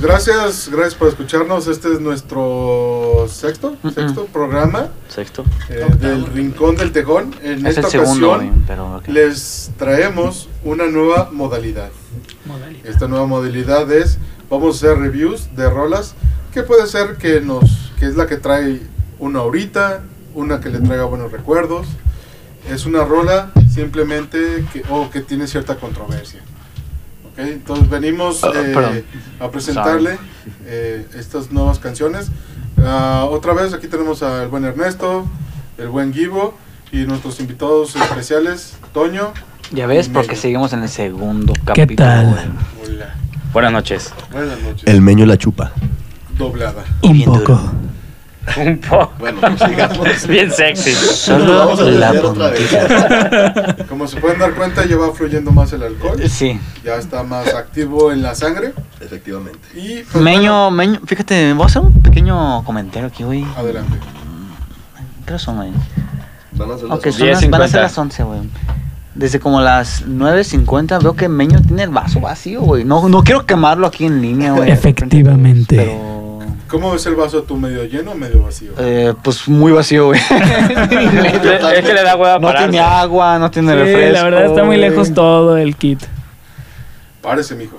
Gracias, gracias por escucharnos. Este es nuestro sexto, Mm-mm. sexto programa Sexto. eh, del Rincón del Tejón. En Es esta el segundo, ocasión güey, pero ok. les traemos una nueva modalidad. Modalidad. Esta nueva modalidad es, vamos a hacer reviews de rolas que puede ser que nos, que es la que trae una ahorita, una que le traiga buenos recuerdos. Es una rola simplemente que, o que tiene cierta controversia. Ok, entonces venimos Ah, eh, perdón. a presentarle eh, estas nuevas canciones. Ah, otra vez aquí tenemos al buen Ernesto, el buen Gibo y nuestros invitados especiales, Toño. Ya ves, porque Medio. seguimos en el segundo capítulo. ¿Qué tal? güey. Hola. Buenas noches. Buenas noches. El meño la chupa. Doblada. Un Bien poco. duro. Un poco. Bueno, pues sigamos. Bien sexy. Lo Solo vamos a la desear otra vez. puntita. Como se pueden dar cuenta, ya va fluyendo más el alcohol, Sí. ya está más activo en la sangre. Efectivamente. Y pues, Meño, meño, fíjate, voy a hacer un pequeño comentario aquí, güey. bueno, adelante. ¿Qué hora son, güey? Van a ser las Ok, once. son las- van a 10:50. ser las 11, güey. Desde como las 9.50 veo que Meño tiene el vaso vacío, güey. No, no quiero quemarlo aquí en línea, güey. Efectivamente. Pero... ¿Cómo es el vaso tú, medio lleno o medio vacío? eh, pues muy vacío, güey. Es que le da hueva no pararse. tiene agua, no tiene refresco. la verdad está muy güey. lejos todo el kit. Parece, mijo.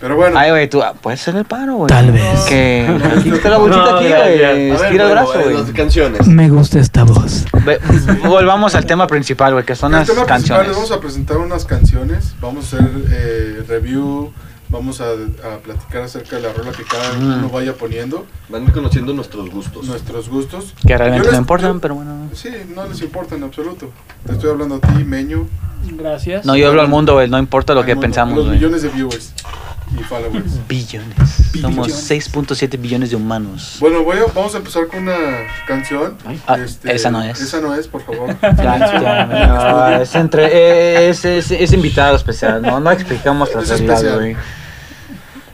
Pero bueno, Ay, güey, tú ah, puedes hacer el paro, güey. Tal vez. Que quita la bolsita No, aquí, ya, ya. A güey. ver, A ver, Estira el bueno, brazo, eh, güey. Mm. Las canciones. Me gusta esta voz. Ve- Volvamos al tema principal, güey, que son el las tema principal les canciones. vamos a presentar unas canciones, vamos a hacer eh, review, vamos a, a platicar acerca de la rola que cada Mm. uno vaya poniendo, Van conociendo nuestros gustos. nuestros gustos. Que Yo realmente les- no importan, yo- pero bueno. Sí, no les importa en absoluto. Te estoy hablando a ti, Meño. Gracias. No, yo hablo al mundo, güey, no importa lo al que mundo, pensamos, Los güey. millones de viewers y followers. Billones. Somos Billones. 6.7 billones de humanos. Bueno, voy a- vamos a empezar con una canción. Este, Ah, esa no es. Esa no es, por favor. Ya, ya, no, es, entre, eh, es, es- es invitado especial, no, no explicamos la Es realidad, especial. güey.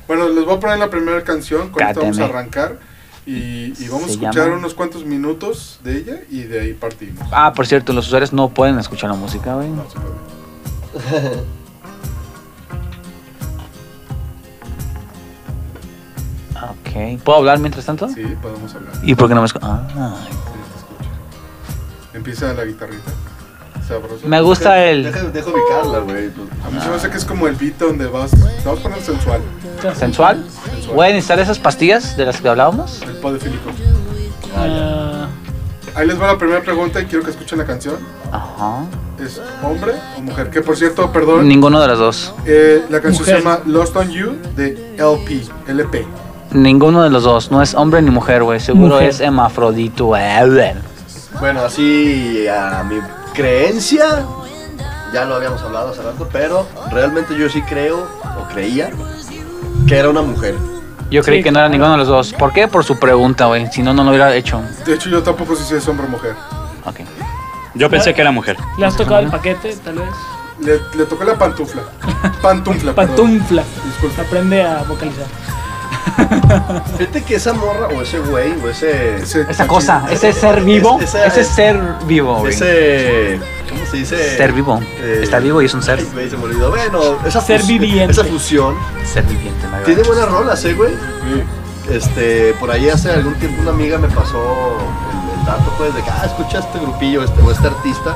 bueno, les voy a poner la primera canción. Con esta vamos a Cáteme. arrancar. Y, y vamos a Se escuchar llama- unos cuantos minutos de ella y de ahí partimos. Ah, por cierto, los usuarios no pueden escuchar la música, güey. No se puede. Ok. ¿Puedo hablar mientras tanto? Sí, podemos hablar. ¿Y por qué no me escuchan? Ah, Sí, te escucho. Empieza la guitarrita. Sabroso. me gusta Deja, el deja ubicarla, güey. pues. A mí se me hace que es como el beat donde vas. Te vas a poner sensual. sensual. Voy a necesitar esas pastillas de las que hablábamos. El podefílico. Ah, Ahí les va la primera pregunta y quiero que escuchen la canción. Ajá. ¿Es hombre o mujer? Que por cierto, perdón. Ninguno de las dos. Eh, la canción se Mujer. llama Lost on You de LP, LP. Ninguno de los dos. No es hombre ni mujer, güey. Seguro Mujer. es hemafrodito, güey. Bueno, así a mi creencia, ya lo habíamos hablado hace rato, pero realmente yo sí creo, o creía, que era una mujer. Yo creí Sí, que no era ninguno de los dos. ¿Por qué? Por su pregunta, güey. Si no, no lo hubiera hecho. De hecho, yo tampoco sé si es hombre o mujer. Ok. Yo pensé que era mujer. ¿Le has tocado el paquete, tal vez? Le, le tocó la pantufla. Pantufla, perdón. Patunfla. Disculpa. Aprende a vocalizar. Fíjate que esa morra, o ese güey, o ese. Ese Esa machín- cosa, ese ser vivo. Es- esa- Ese ser vivo, güey. Ese. ¿Cómo se dice? Ser vivo. Eh, Está vivo y es un ser. Ay, güey, se me olvidó. Bueno, esa, Ser fus- viviente. esa fusión Ser viviente, la tiene verdad. buenas rolas, ¿eh, güey? Sí. Este, por ahí hace algún tiempo una amiga me pasó el, el dato, pues, de que, ah, escucha este grupillo este, o este artista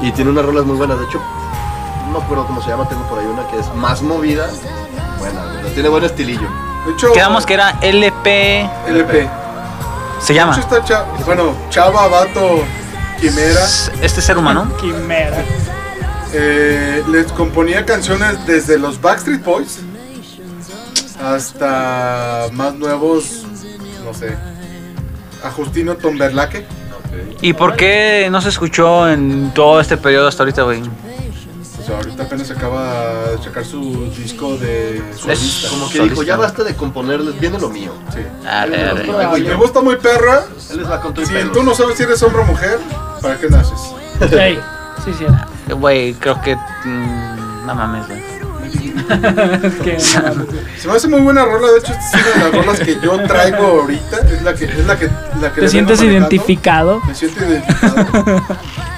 y tiene unas rolas muy buenas. De hecho, no me acuerdo cómo se llama, tengo por ahí una que es más movida. Buena, pero tiene buen estilillo. De hecho, Quedamos que era LP. LP. De Se Ah. hecho, llama. Pues está cha- bueno, chava, vato, quimera. Este ser humano. Quimera. Eh, les componía canciones desde los Backstreet Boys hasta más nuevos, no sé, a Justino Tomberlaque. ¿Y por qué no se escuchó en todo este periodo hasta ahorita, güey? O sea, ahorita apenas acaba de sacar su disco de solista. Como que Solista. dijo, ya basta de componerles, viene lo mío. Sí. A ver, a ver. Ahí voy Mi yo. voz está muy perra. Él les va a contar y Si pelos. tú no sabes si eres hombre o mujer, ¿para qué naces? Ey, sí, sí. Güey, creo que. mm, no mames, güey. Es que no mames. Se me hace muy buena rola. De hecho, esta es una de las rolas que yo traigo ahorita. Es la que. Es la que, la que le vengo ¿Te sientes manejando. identificado? Me siento identificado.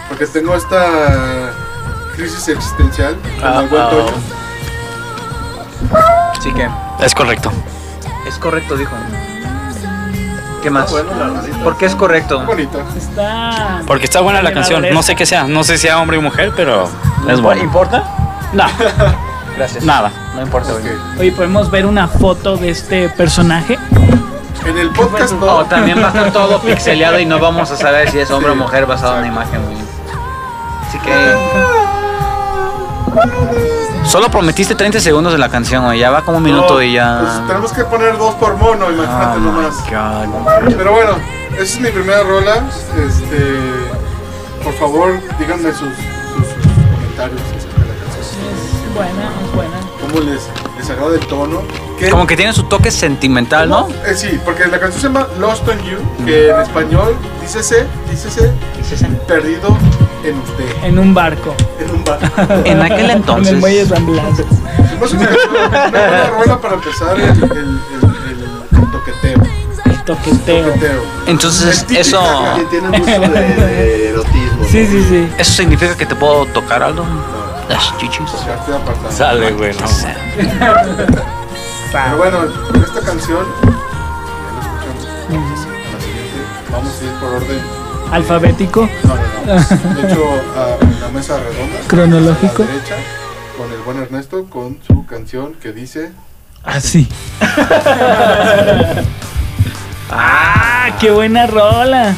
Porque tengo esta crisis existencial. con Ah, el buen ah. Toño. Así que. Es correcto. Es correcto, dijo. ¿Qué Está Ah, más? bueno, la rolita. ¿Por qué es correcto? Bonita. Está. Porque está buena la canción. No sé qué sea. No sé si sea hombre o mujer, pero es ¿No buena. importa? No, Gracias. nada. No importa, güey. Ok. Oye, ¿podemos ver una foto de este personaje? En el podcast O no. también va a estar todo pixeleado y no vamos a saber si es hombre Sí, o mujer basado en una imagen, güey. Así que. Solo prometiste 30 segundos de la canción, güey. Ya va como un minuto No, y pues, ya. tenemos que poner dos por mono, Ah, imagínate my nomás. God. Pero bueno, esa es mi primera rola. Este, por favor, díganme sus, sus- sus comentarios acerca de la canción. Es buena, es buena. ¿Cómo les, les agrada el tono? ¿Qué- Como que tiene su toque sentimental, ¿no? Eh, sí, porque la canción se llama Lost on You, que en español dícese, dícese, perdido en usted, En un barco. en un bar. En aquel En el muelle de entonces. San Blas. No es una, canción, una buena rola para empezar el, el, el- el toqueteo. El toqueteo. toqueteo. Entonces, El eso. Que tiene mucho de, de erotismo. Sí, ¿no? sí, sí. ¿Eso significa que te puedo tocar algo? Las chichis. O sea, estoy apartado. Sale, güey. no. Pero bueno, con esta canción, ya la escuchamos. A la siguiente, vamos a ir por orden. Alfabético. No, no, no. De hecho, a la mesa redonda. Cronológico. A la derecha, con el buen Ernesto, con su canción que dice. Así. ¡Ah! ¡Qué buena rola!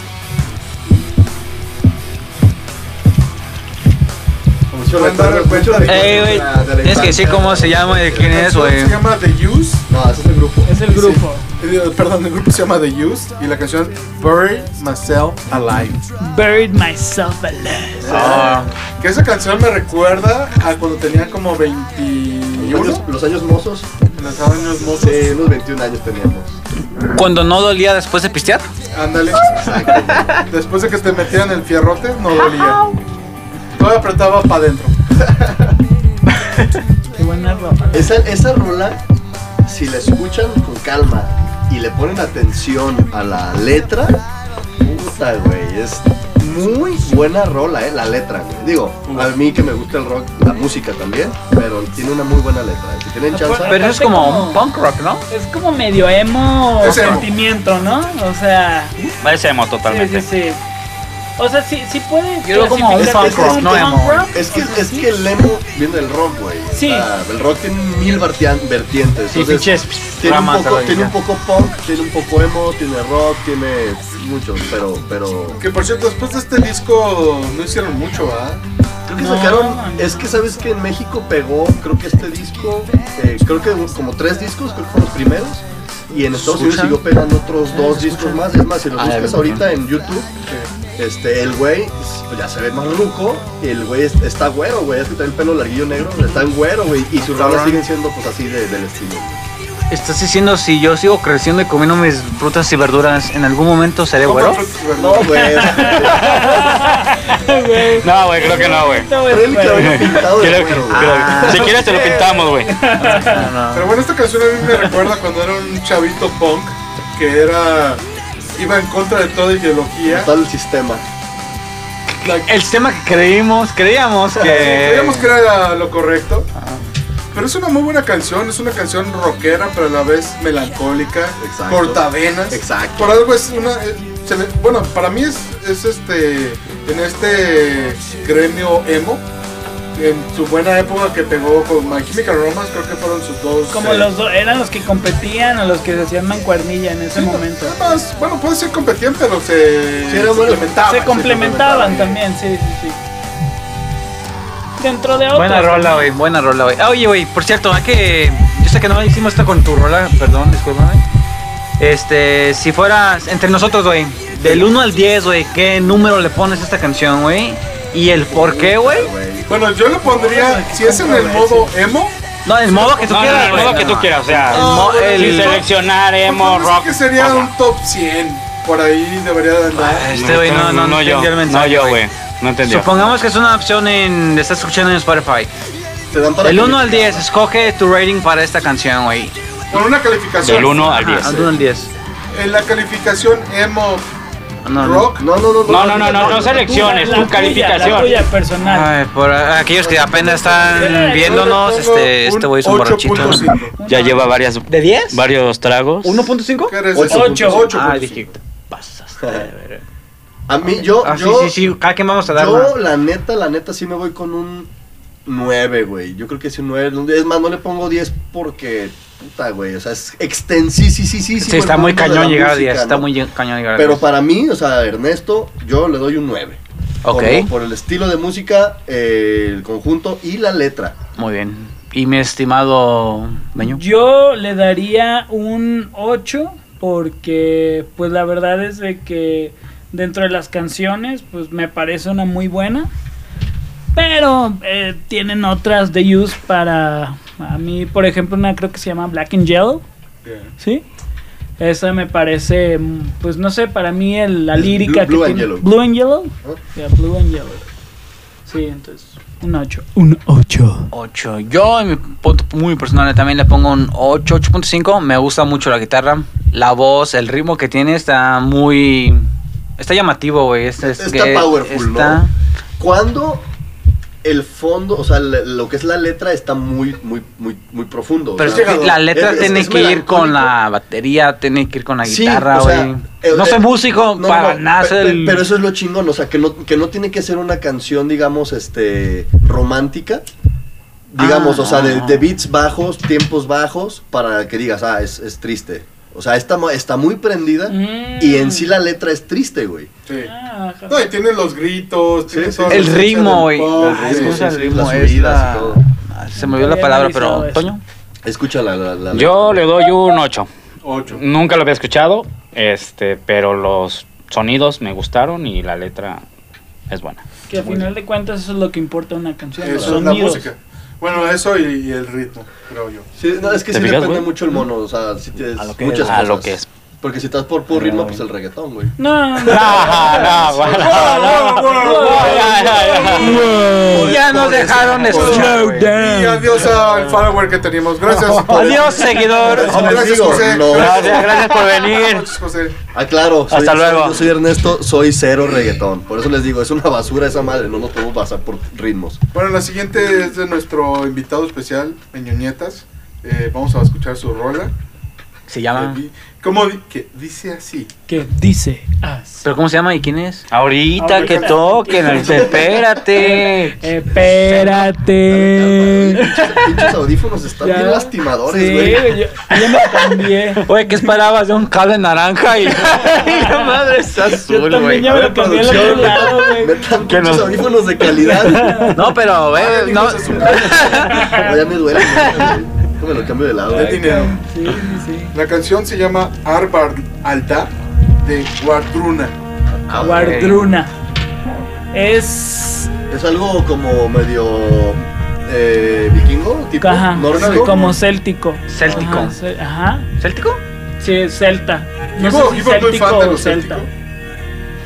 Como si fuera andar de cuenta de- Ey, güey. Ah, de la Tienes que decir infancia. cómo se llama y de quién La es, canción güey. Se llama The Use. No, ese es el grupo. Es el grupo. Eh, digo, Perdón, el grupo se llama The Use y la canción Bury Myself Alive. Buried myself alive. Ah, Que esa canción me recuerda a cuando tenía como 21 Los años, los años mozos, en los años mozos. sí, unos 21 años teníamos. Cuando no dolía después de pistear. Ándale. Después de que te metieran el fierrote, no dolía. Todo apretaba para adentro. Qué buena rola. Esa, esa rola, si la escuchan con calma y le ponen atención a la letra, puta, güey, es muy buena rola, eh, la letra, güey. Digo, a mí que me gusta el rock, la música también, pero tiene una muy buena letra. Si tienen chance, Pero eso es como punk rock, ¿no? Es como medio emo Es emo. sentimiento, ¿no? O sea. Parece emo totalmente. Sí, sí, sí. O sea, sí, sí puede. Yo lo como un clasificarse punk rock, como no punk emo. rock. Es que, es que el emo viene del rock, güey. O Sí. sea, el rock tiene mil vertian- vertientes. Sí, entonces, pinches tiene, un ramas a poco, la tiene un orilla. poco punk, tiene un poco emo, tiene rock, tiene muchos, pero... pero Que por cierto, después de este disco no hicieron mucho, ¿ah? ¿verdad? creo que No. sacaron... Es que sabes que en México pegó, creo que este disco, eh, creo que como tres discos, creo que fueron los primeros. Y en Estados Unidos ¿Escuchan? siguió pegando otros dos discos más. Es más, si los Ah, buscas ya, ahorita en YouTube, Este, el güey pues, ya se ve más ruco, el güey es- está güero, güey, es que trae el pelo larguillo negro, está en güero, güey, y sus rolas Cabrón. siguen siendo pues así de, del estilo. Estás diciendo si yo sigo creciendo y comiendo mis frutas y verduras, ¿en algún momento seré güero? Compra frutas y verduras. No, güey, Güey, No, güey, creo que no, güey. esto es trae el bueno. cabello pintado de Creo que- güero, güey. Ah. creo- Si quieres te lo pintamos, güey. No, no. Pero bueno, esta canción a mí me recuerda cuando era un chavito punk que era. iba en contra de toda ideología. Está el sistema. El sistema que creímos, creíamos que... Creíamos que era lo correcto. Ah. Pero es una muy buena canción, es una canción rockera, pero a la vez melancólica, Exacto. cortavenas. Exacto. Por algo es una. eh, se le- bueno, para mí es, es este. En este gremio emo. En su buena época que pegó con My Chemical Romance, creo que fueron sus dos. Como eh, los dos, eran los que competían o los que se hacían mancuernilla en ese momento. Además, bueno, puede ser competían, pero se. Sí, era bueno. complementaban. Se complementaban también, sí, sí, sí. Dentro de otros. Buena rola, güey, buena rola, güey. Ah, oye, güey, por cierto, hay que... Yo sé que no hicimos esto con tu rola, perdón, discúlpame. Este, si fueras entre nosotros, güey, del 1 al 10, güey, ¿qué número le pones a esta canción, güey? ¿Y el por qué, güey? Bueno, yo le pondría, si es en el modo emo, No, el modo que tú No, no, quieras, no, güey. lo que tú quieras, o sea. El mo- el- sin seleccionar emo, pues, no sé rock. que sería o sea, un top 100. Por ahí debería de andar. Este güey no, no, no yo. entendió el No mensaje, yo, güey. No entendió. Supongamos que es una opción en. Estás escuchando en Spotify. Te dan para Del que- 1 al 10, escoge tu rating para esta canción, güey. Con una calificación. Del 1 al 10. Al 1 al 10. En la calificación emo No, no. rock. No, no, no, No, no, no, no, no selecciones, tu La tuya calificación. personal. Ay, por aquellos que apenas están Yo le viéndonos, pongo este, este güey es un borrachito. 8.5. Ya lleva varias, ¿De 10? varios tragos. ¿Qué ¿1.5? eres? Ocho. Ocho. Ocho. Ah, dije, te pasaste de ver. A mí, yo, Ah, sí, yo, sí, sí, cada quien vamos a dar yo, una. la neta, la neta, sí me voy con un 9, güey. Yo creo que es un 9. Es más, no le pongo 10 porque, puta, güey, o sea, es extensísimo. Sí, está muy cañón llegar a 10, está muy lle- cañón llegar a 10. Pero para mí, o sea, Ernesto, yo le doy un 9. Ok. Como por el estilo de música, eh, el conjunto y la letra. Muy bien. Y mi estimado Meño. Yo le daría un 8 porque pues la verdad es de que dentro de las canciones pues me parece una muy buena. Pero eh, tienen otras de use para a mí, por ejemplo, una creo que se llama Black and Yellow, Bien. ¿sí? Esa me parece, mm, pues no sé, para mí el- la Es lírica Blue- Blue que and tiene Yellow. Blue and Yellow. Ah. Yeah, Blue and Yellow. Sí, entonces un 8. Un 8. 8. Yo, en mi punto muy personal, también le pongo un 8, 8.5. Me gusta mucho la guitarra, la voz, el ritmo que tiene está muy. Está llamativo, güey. Está, es Está que- powerful, está- ¿no? Cuando el fondo, o sea, le- lo que es la letra está muy, muy, muy, muy profundo. o Pero es sea, que la letra es- es- tiene es que ir con melancólico. la batería, tiene que ir con la Sí, guitarra, o güey. sea, eh, no eh, soy músico no, para no, nada. pe- soy pe- el- Pero eso es lo chingón, o sea, que no, que no tiene que ser una canción, digamos, este, romántica. Digamos, Ah, o sea, de, no. de beats bajos, tiempos bajos, para que digas, ah, es, es triste. O sea, está, mo- está muy prendida y Mm. en sí la letra es triste, güey. Sí. Ah, No, y tiene los gritos, tiene sí, toda el la ritmo, güey. esencia del pop, Ah, el es sí. ritmo, cosa del sí, ritmo, las es subidas la- y todo. Ah, Se me olvidó la Había palabra, analizado pero. eso. Toño. Escucha la, la, la Yo le letra. doy un 8. Ocho. Nunca lo había escuchado, este, pero los sonidos me gustaron y la letra es buena. Que al final de cuentas eso es lo que importa una canción. los Eso es la sonidos. música. Bueno, eso y, y el ritmo, creo yo. Sí, no, es que ¿Te sí fijas, depende güey? mucho el mono, o sea, si tienes A lo que muchas es. A cosas. lo que es. Ah, Porque si estás por puro ritmo, pues el reggaetón, güey. No, no, No, no, bueno, no, Ya nos dejaron de escuchar. güey. Y adiós al follower que teníamos. Gracias. por- Adiós, seguidor. Gracias, gracias, Digo, José. no. Gracias, gracias por venir. Gracias, José. Ah, claro. soy- Hasta soy- luego. yo soy Ernesto, soy cero reggaetón. Por eso les digo, es una basura esa madre. No nos podemos pasar por ritmos. Bueno, la siguiente es de nuestro invitado especial, Meñoñetas. Eh, vamos a escuchar su rola. Se llama. Eh, di- ¿Cómo di- que dice así? que dice Ah, as. ¿Pero cómo se llama y quién es? Ahorita que toquen, espérate. Dale, Espérate. calma, güey. Pinches, pinches audífonos están Eh. Ya. bien lastimadores, Sí, güey. yo, yo me cambié. Oye, ¿qué esperabas de un cable naranja? Y, y la madre está Yo azul, también güey. ya me lo cambié al otro producción. lado, güey. Metan Que pinches no. audífonos de calidad. No, pero, güey, Ay, Eh, no. hijos de su madre. No, ya me duele. güey. No me lo cambio de lado. eh. De dinero. Sí, sí, sí. La canción se llama Arbar Alda de Guardruna. Ah, Guardruna. Es. Es algo como medio eh, vikingo, tipo Ajá. nórdico. Como céltico. Céltico. Ajá, cel- Ajá. ¿Céltico? Sí, es celta. No Ivo- sé si Ivo es muy céltico fan de o los celta. célticos.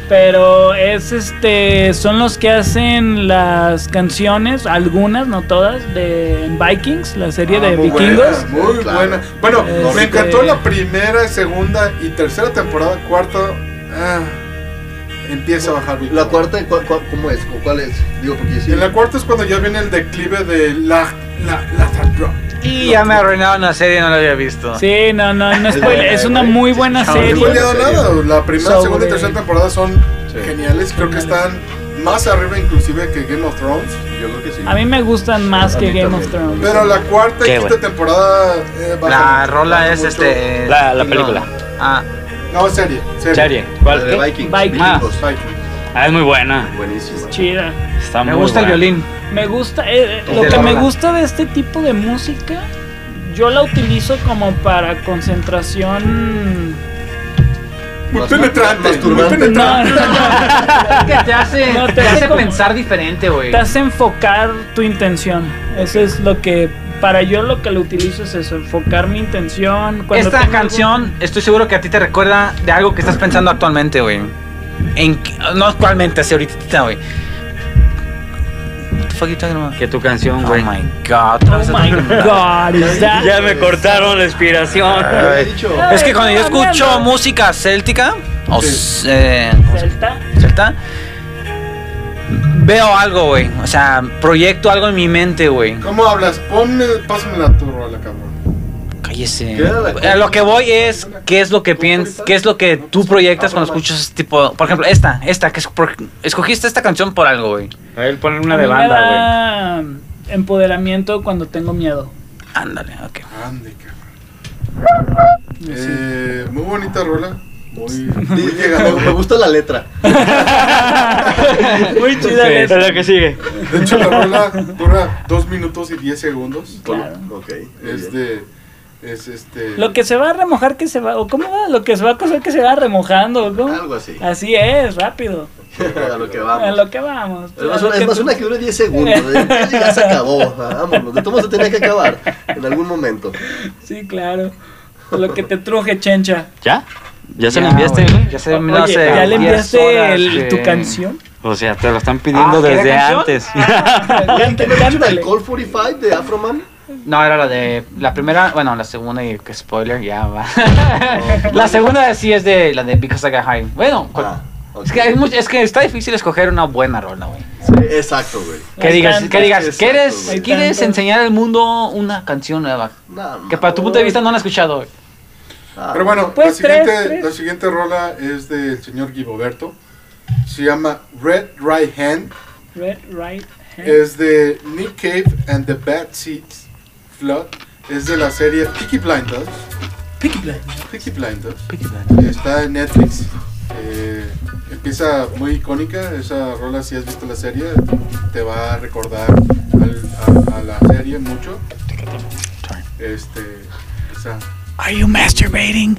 Pero es este. Son los que hacen las canciones, algunas, no todas, de Vikings, la serie Ah, de muy vikingos. buena, muy Claro. buena. Bueno, Este- me encantó la primera, segunda y tercera temporada, cuarta. ah, empieza a bajar. mi La tono. cuarta, ¿cu- cu- cómo es? ¿Cu- ¿Cuál es? Digo, porque sí. En la cuarta es cuando ya viene el declive de la la la Zapro. Y ya me arruinaron la serie, no la había Ah. visto. Sí, no, no, no spoiler. Es una muy buena No, No he Buena serie. olvidado serie. nada. La primera, Sobre- segunda y tercera temporada son Sí. geniales. Creo que Geniales. están más arriba inclusive que Game of Thrones. Yo creo que sí. A mí me gustan más A que mí Game of también. Thrones. Pero la cuarta y Qué quinta bueno. temporada eh, baja La mucho, rola baja es mucho. este. La- la estilo- película. Ah, No, serie. Serie. Charie, La ¿cuál? de ¿Qué? Vikings. Vikings. vikingos. Vikings. Ah, es muy buena. Buenísima. Chida. Está me muy gusta el buena. violín. Me gusta, eh, eh, Y lo de que me rola. gusta de este tipo de música, yo la utilizo como para concentración. Muy Mas- penetrante. Muy masturbante. No, penetrante. no, no, Que te hace, No, te te hace hace como- pensar diferente, güey. te hace enfocar tu intención. Eso es lo que, para yo lo que lo utilizo es eso, enfocar mi intención. cuando Esta tengo- canción, estoy seguro que a ti te recuerda de algo que estás pensando actualmente, güey. En qué- no actualmente, así ahorita, güey. What the fuck you talking about? Que tu canción, Oh güey. my god. otra vez Oh my God, is that- ya me cortaron la inspiración. Lo había dicho. Es que cuando yo escucho música céltica, O Sí. s- eh, ¿cómo se- Celta. ¿Celta? Veo algo, güey. O sea, proyecto algo en mi mente, güey. ¿Cómo hablas? Ponme, pásame la tu rola, cabrón. Cállese. ¿Qué era la- A lo que voy es qué es lo que piensas, qué es lo que tú proyectas cuando escuchas este tipo, por ejemplo, esta, esta que es por- escogiste esta canción por algo, güey. A él ponle una A de mí me banda, da empoderamiento cuando tengo miedo. Ándale, ok. Ande, cabrón. Sí. Eh, muy bonita rola. Muy, Sí, muy me, me llegadora. gusta la letra. Muy güey. chida Sí, letra. es la que sigue. De hecho, la rola dura 2 minutos y 10 segundos. Claro. Ok. muy Es bien. de. Es este. Lo que se va a remojar que se va, o cómo va, lo que se va a coser que se va remojando, ¿o ¿cómo? Algo así. Así es, rápido. A lo que A vamos. lo que vamos. Es más, A lo una, es que más tú- una que dura 10 segundos. ¿eh? Ya se acabó. Vámonos. De todo se tenía que acabar en algún momento. Sí, claro. A Lo que te truje, chencha. ¿Ya? ¿Ya se Ya, lo enviaste, güey. güey? Ya se O- lo Oye, hace ¿ya le 10 horas, enviaste el- güey. tu canción? O sea, te lo están pidiendo Ah, ¿qué era desde canción? antes. ¿Qué me escuchan Cántale. el Call 45 de Afroman? No, era la de la primera, bueno, la segunda y que spoiler ya va. la segunda sí es de la de Because I Got High. Bueno, cual- Ah, ok. Pues, es que hay mucho- es que está difícil escoger una buena rola, güey. Sí, exacto, güey. Que Hay digas, tantas. que digas, Exacto, ¿quieres, güey. quieres Tantas. enseñar al mundo una canción nueva? Nada Que para tu punto de vista no la han escuchado. güey. Ah, Pero bueno, Pues, la, tres, siguiente, tres. la siguiente rola es del señor Guiboberto. Se llama Red Right Hand. Red right hand. Es de Nick Cave and the Bad Seeds Flood. Es de la serie Peaky Blinders. Peaky Blinders. Peaky Blinders. Está en Netflix. Eh, empieza muy icónica. Esa rola, si has visto la serie, te va a recordar al- a, a la serie mucho. Este. esa- Are you masturbating?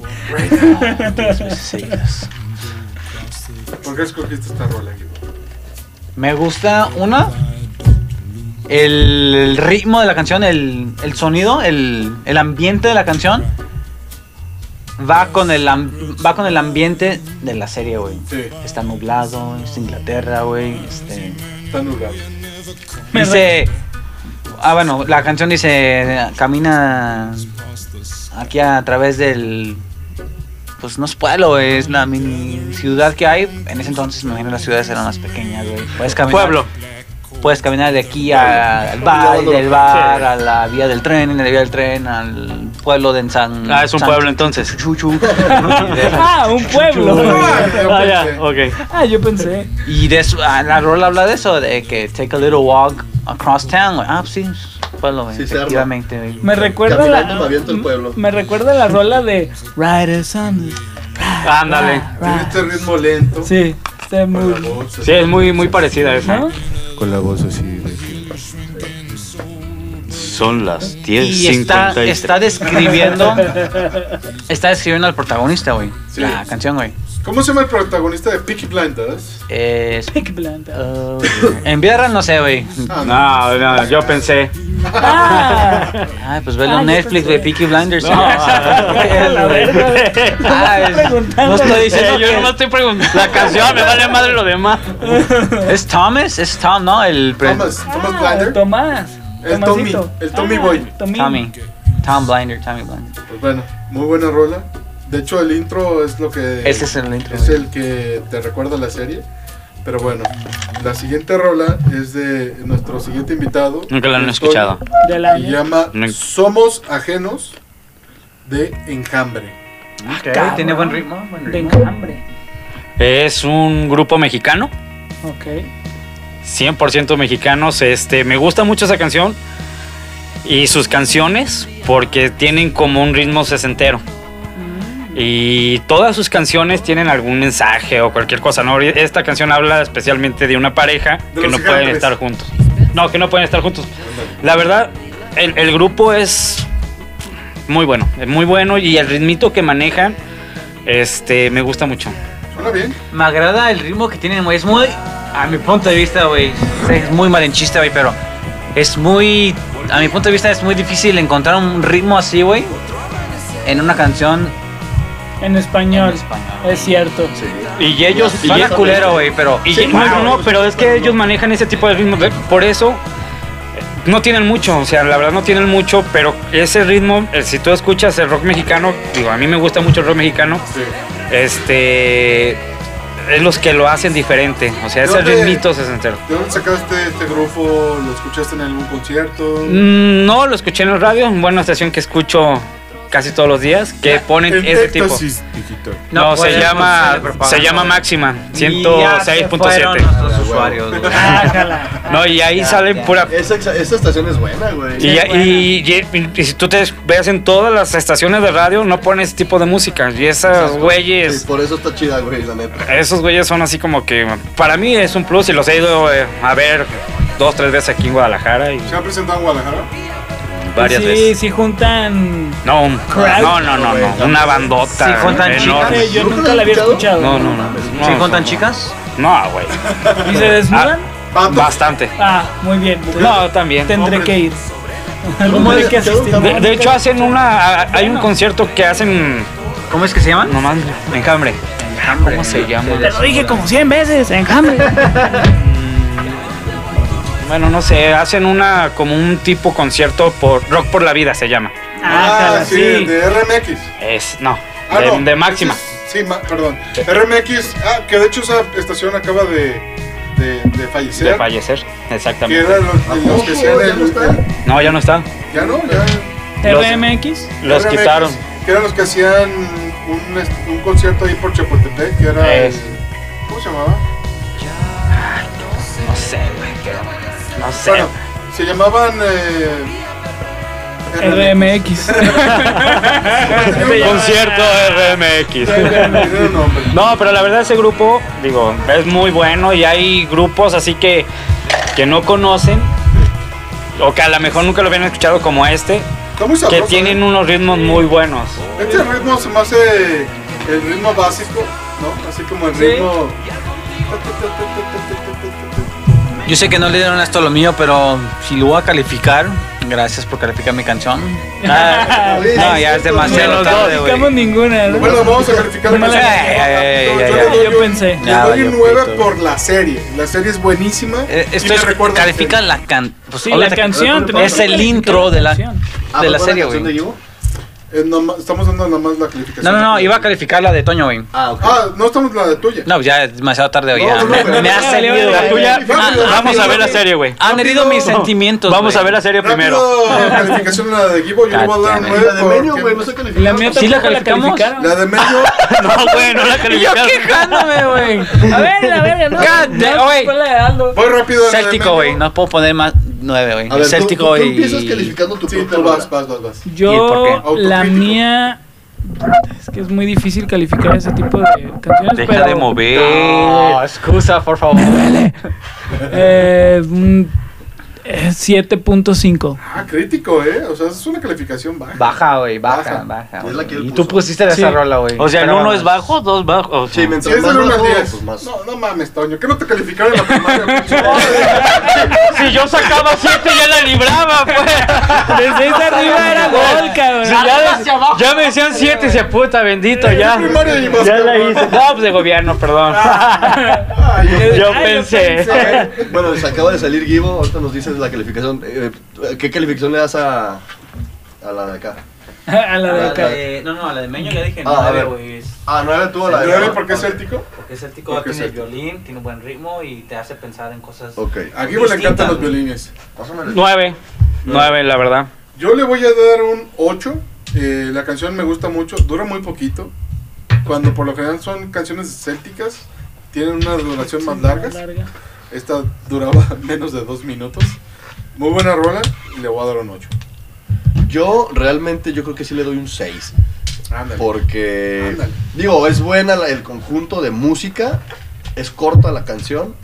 Ah, ¿Por qué escogiste esta rola, Guibo? Me gusta una. El, el ritmo de la canción, el, el sonido, el, el ambiente de la canción. Va con el, am- va con el ambiente de la serie, güey. Sí, Está nublado, es Inglaterra, güey. Este, está nublado. Me dice. Ah, bueno, la canción dice. Camina aquí a través del. Pues no es pueblo, es la mini ciudad que hay. En ese entonces me imagino las ciudades eran más pequeñas, güey. Puedes caminar. Pueblo. Puedes caminar de aquí a- al bar, y del bar, a la vía del tren, en la vía del tren, al pueblo de San. Ah, es un San- pueblo entonces. Chuchu. Ah, un pueblo. Yo Ah, pensé. ya, ok. Ah, yo pensé. Y de eso, ah, la rola habla de eso, de que take a little walk across town, güey. Ah, pues sí, pueblo, güey, Sí, se arma. efectivamente, güey. Me recuerda Caminando la. me aviento el pueblo. Me recuerda la rola de. Riders on the. Ándale. Tiene este ritmo lento. Sí, está Con la muy. voz, Sí, es muy, muy parecida a esa. ¿No? Con la voz así de Son las Y está, está describiendo, está describiendo al protagonista, güey, Sí. la canción, güey. ¿Cómo se llama el protagonista de Peaky Blinders? Es- Peaky Blinders. oh, güey. en Vierra no sé, güey. Ah, No, no, yo pensé. Ah, Ay, pues velo Ah, en yo Netflix, pensé. güey, Peaky Blinders. No, a la verga. Ah, es- Preguntando. no estoy Eh, diciendo yo que- no estoy preguntando. La canción me vale madre lo demás. ¿Es Thomas? ¿Es Tom, no? El pre- Thomas, Thomas Ah, Blinder. Tomás. El Tommy, Tomasito. el Tommy Ah, Boy. Tommy. Tommy. Tom Blinder, Tommy Blinder. Pues bueno, muy buena rola. De hecho, el intro es lo que. Ese es el intro. es güey. el que te recuerda la serie. Pero bueno, la siguiente rola es de nuestro siguiente invitado. Nunca la han Antonio, escuchado. Del Se año. llama Nunca. Somos Ajenos de Enjambre. Ok, Tiene buen ritmo, buen De ritmo. enjambre. Es un grupo mexicano. Ok. 100% mexicanos. Este, me gusta mucho esa canción y sus canciones porque tienen como un ritmo sesentero. Y todas sus canciones tienen algún mensaje o cualquier cosa, ¿no? Esta canción habla especialmente de una pareja De que los no pueden enjambres. estar juntos. No, que no pueden estar juntos. La verdad, el, el grupo es muy bueno, es muy bueno y el ritmito que manejan, este, me gusta mucho. Suena bien. Me agrada el ritmo que tienen, güey. Es muy. A mi punto de vista, güey. Es muy malenchista, güey, pero. Es muy. A mi punto de vista, es muy difícil encontrar un ritmo así, güey. En una canción En español. en español. Es cierto. Y ellos, y Suena ellos- culero, güey, pero. Y Sí, no, claro. no, no, pero es que ellos manejan ese tipo de ritmos. ¿ve? Por eso eh, no tienen mucho, o sea, la verdad no tienen mucho, pero ese ritmo, eh, si tú escuchas el rock mexicano, digo, a mí me gusta mucho el rock mexicano, Sí. Este. Es los que lo hacen diferente. O sea, ese Creo que- ritmito sesentero. ¿De dónde sacaste este grupo? ¿Lo escuchaste en algún concierto? Mm, No, lo escuché en el radio, en buena estación que escucho casi todos los días, que ponen En ese tipo. Éxtasis digital. No, No, pues, se pueden llama usar propaganda. se llama Máxima, Y ya se fueron 106.7. nuestros usuarios, Ah, güey. Ájala. No, y ahí Ya, salen ya. pura Esa, esa estación es buena, güey. y, ya- y- y- y si tú te ves en todas las estaciones de radio, no ponen ese tipo de música. Y esas Sí, güeyes, por eso está chida, güey, la neta. esos güeyes son así como que para mí es un plus y los he ido eh, a ver dos, tres veces aquí en Guadalajara y ¿Se ha presentado en Guadalajara? varias sí, veces. sí juntan. No, un- Crowd. no, no, no, no, una bandota Sí, juntan enorme. Yo ¿Nunca nunca la la había escuchado? escuchado. No, no, no. ¿Sí no, contan no, chicas? No, güey. ¿Y se desnudan? Vatos. Bastante. Ah, muy bien. No, también. Tendré hombre. que ir. ¿Cómo Tendré es? que asistir. De, de hecho hacen una, a- hay un concierto que hacen ¿Cómo es que se Ah, llaman? nomás enjambre. ¿Cómo se llama? Te lo dije como 100 veces, enjambre. Mm, Bueno, no sé, hacen una como un tipo concierto por Rock por la Vida se llama. Ájala, Ah, Ah, sí, sí. de RMX. Es no, Ah, de, no, de máxima. ese es- sí, ma- perdón. RMX, ah, que de hecho esa estación acaba de, de, de fallecer. De fallecer, Que exactamente. era los, de los que hacían ¿Ya no el- está? el- No, ya no está. Ya no, ya. RMX. Los RMX, quitaron. Que eran los que hacían un, est- un concierto ahí por Chapultepec, que era. el- Es. ¿Cómo se llamaba? No sé, güey, pero no sé. Bueno, se llamaban. eh, RMX. concierto RMX. Tenía un nombre. No, pero la verdad ese grupo, digo, es muy bueno y hay grupos así que que no conocen o que a lo mejor nunca lo habían escuchado como este, Está muy que sabroso, tienen ¿eh? unos ritmos muy buenos. Este ritmo se me hace el ritmo básico, ¿no? Así como el ritmo. Yo sé que no le dieron esto a lo mío, pero si lo voy a calificar, gracias por calificar mi canción. Ah, no, ya es demasiado Menos tarde, dos. güey. No ninguna, ¿no? Bueno, vamos a calificar la Ay, canción. ay, ay, le ay, doy yo un- pensé. Le Ya doy un valió 9 pito. por la serie. La serie es buenísima. Eh, y Esto me es, recuerda a la califica serie. la can... pues, Sí, ahora la te- canción. tenemos Es que el calificar intro de la, canción. Ah, de la ¿fue serie, canción de güey. You? Eh, nomás- estamos dando nada más la calificación. No, no, no, iba a calificar la de Toño, güey. Ah, ok. Ah, no estamos la de tuya. No, ya es demasiado tarde, güey. No, ya. no, me, pero- me ha Ya, salido. ya, güey. ya, ya. Ah, Rápido, Vamos a rápido. ver la serie, güey. Han herido mis sentimientos. Vamos güey. a ver la serie primero. Rápido, calificación a la de Gibo. Yo le voy a dar un Cállate, 9 La de Menio, porque- güey, no pues. se calificó. La mía ¿Sí tampoco la calificamos? calificaron. La de Menio. No, güey, no la calificaron. Quejándome, güey. A ver, a ver, no. God damn, No, güey. fue la de Aldo. Voy rápido. la de Céltico, güey. Menio. No puedo poner más nueve, güey. A ver, tú- Céltico tú, tú y. empiezas calificando tu Sí, propia tú vas, rola. vas, vas, vas. ¿Y por qué? Yo, la Autocrítico. mía. Es que es muy difícil calificar ese tipo de canciones. Deja pero, de mover. No, excusa, por favor. Eh, un- eh, 7.5. Ah, crítico, ¿eh? O sea, es una calificación baja. Baja, güey, baja, Baja. baja. Es güey. la que él y tú puso. pusiste de esa Sí. rola, güey. O sea, el Pero uno vamos. es bajo, dos bajo. o Sí, sea, Si mientras es más del 1 bajo, al 10. pues más. No, no mames, Toño. ¿Qué no te calificaron en la primaria? Si yo sacaba siete ya la libraba, pues. Desde esa arriba era gol, Si cabrón. ya, de- ya me decían siete, se puta, bendito, ya. primaria y más, Ya la cabrón. hice. No, pues de gobierno, perdón. Ay, yo- Ah. Yo Ay, A pensé. ver, Bueno, se acaba de salir Gibo, ahorita nos dices la calificación. Eh, ¿Qué calificación le das a, a la de acá? A la de acá. no, no, la de Meño ya dije. Ah, a ver. Ah, nueve tú a la de ¿Nueve acá. por qué es céltico? Porque es el Porque tiene es el- violín, tiene buen ritmo y te hace pensar en cosas. Ok. A Gibo le encantan los violines. Pásame la- Nueve. Nueve, la verdad. Yo le voy a dar un 8. Eh, la canción me gusta mucho, dura muy poquito. Cuando por lo general son canciones célticas, tienen una duración más largas. Larga. Esta duraba menos de dos minutos. Muy buena rola y le voy a dar un 8. Yo realmente yo creo que sí le doy un 6. Ándale. Porque, Ándale. digo, es buena la- el conjunto de música, es corta la canción,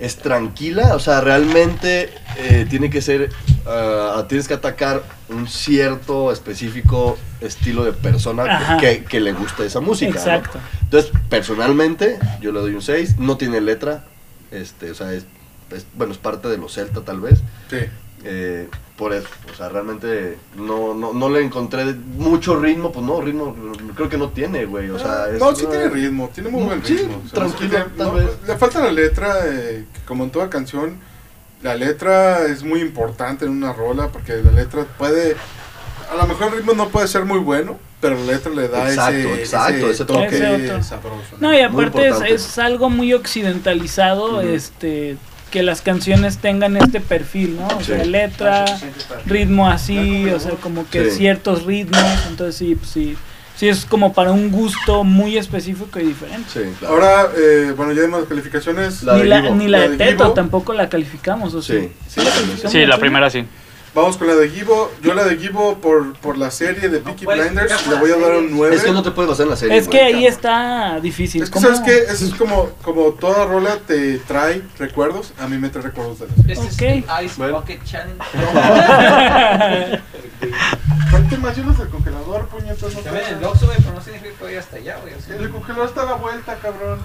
es tranquila, o sea, realmente eh, tiene que ser, ah, tienes que atacar un cierto específico estilo de persona Ajá. que, que le gusta esa música. ¿no? Exacto. Entonces, personalmente, yo le doy un 6, no tiene letra, este, o sea, es, es- bueno, es parte de los celta tal vez. Sí. Eh, por eso, o sea, realmente no, no, no le encontré mucho ritmo, pues no, ritmo creo que no tiene, güey, o sea... es no, sí una- tiene ritmo, tiene muy buen Sí, ritmo. tranquilo, no sé, tal no, vez. Le falta la letra, eh, que como en toda canción, la letra es muy importante en una rola, porque la letra puede, a lo mejor el ritmo no puede ser muy bueno, pero la letra le da Exacto, ese, exacto, ese ese toque toque. Ese otro. sabroso. No, y Muy aparte es, importante. es algo muy occidentalizado, este, que las canciones tengan este perfil, ¿no? O Sí. sea, letra, ritmo así, o sea, como que Sí. ciertos ritmos, entonces sí, pues, sí, sí es como para un gusto muy específico y diferente. Sí, claro. Ahora, eh, bueno, ya hay más calificaciones. La ni, de la, Gibo, ni la la de de Teto Gibo. tampoco la calificamos, o sea, Sí. Sí, calificamos Sí, la tú? primera sí. Vamos con la de Gibo. Yo la de Gibo por, por la serie de Peaky puedes Blinders le explicar voy a dar un 9. Es que no te puedes basar en la serie. Es que güey, ahí cabrón. está difícil. Es que, ¿cómo? ¿sabes qué? Eso es como, como toda rola te trae recuerdos. A mí me trae recuerdos de la serie. Este Ok. es el Ice Bueno. Bucket Challenge. Falta más hielos del congelador, puñetas. No Ya ven pasa. el Oxxo, güey, pero no significa que voy hasta allá, güey. o sea. El congelador está a la vuelta, cabrón.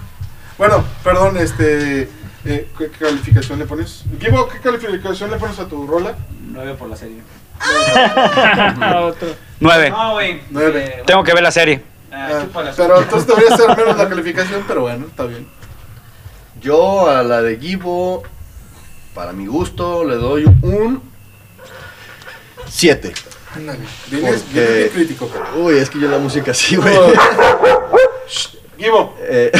Bueno, perdón, este. eh, ¿Qué calificación le pones? Gibo, ¿qué calificación le pones a tu rola? 9 por la serie. Ah, Otro. Nueve. No, güey. Nueve. Eh, Tengo que ver la serie. ah, Ah, chúpala. pero entonces debería ser menos la calificación, pero bueno, está bien. Yo a la de Gibo, para mi gusto, le doy un 7. Ándale. Vienes Porque- vienes bien crítico, cabrón. Uy, es que yo la música sí, güey. Oh. Gibo. Eh,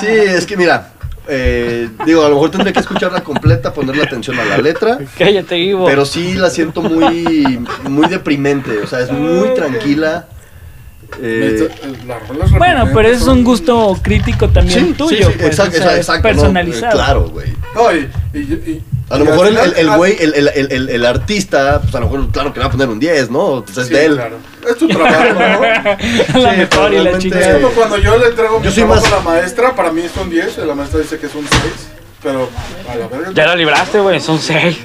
sí, es que mira, eh, digo, a lo mejor tendré que escucharla completa, ponerle atención a la letra, Cállate, Ivo. pero sí la siento muy, muy deprimente, o sea, es muy tranquila. Eh, Esto- las rolas Bueno, pero reprimentes es un son- gusto crítico también tuyo, sí, pues, exacto, o sea, es exacto, no, personalizado. eh, claro, güey. No, y, y- y- A lo y al mejor el, final- ah, el, el al- güey, el, el, el, el- el artista, pues a lo mejor, claro que le va a poner un 10, ¿no? Pues es Sí, de él. claro. Es tu trabajo, ¿no? A la Sí, mejor y la probablemente- Es Este chingada. como cuando yo le entrego mi Yo soy trabajo más- a la maestra, para mí es un 10, la maestra dice que es un 6, pero a la verga. Ya la libraste, este güey. Son seis.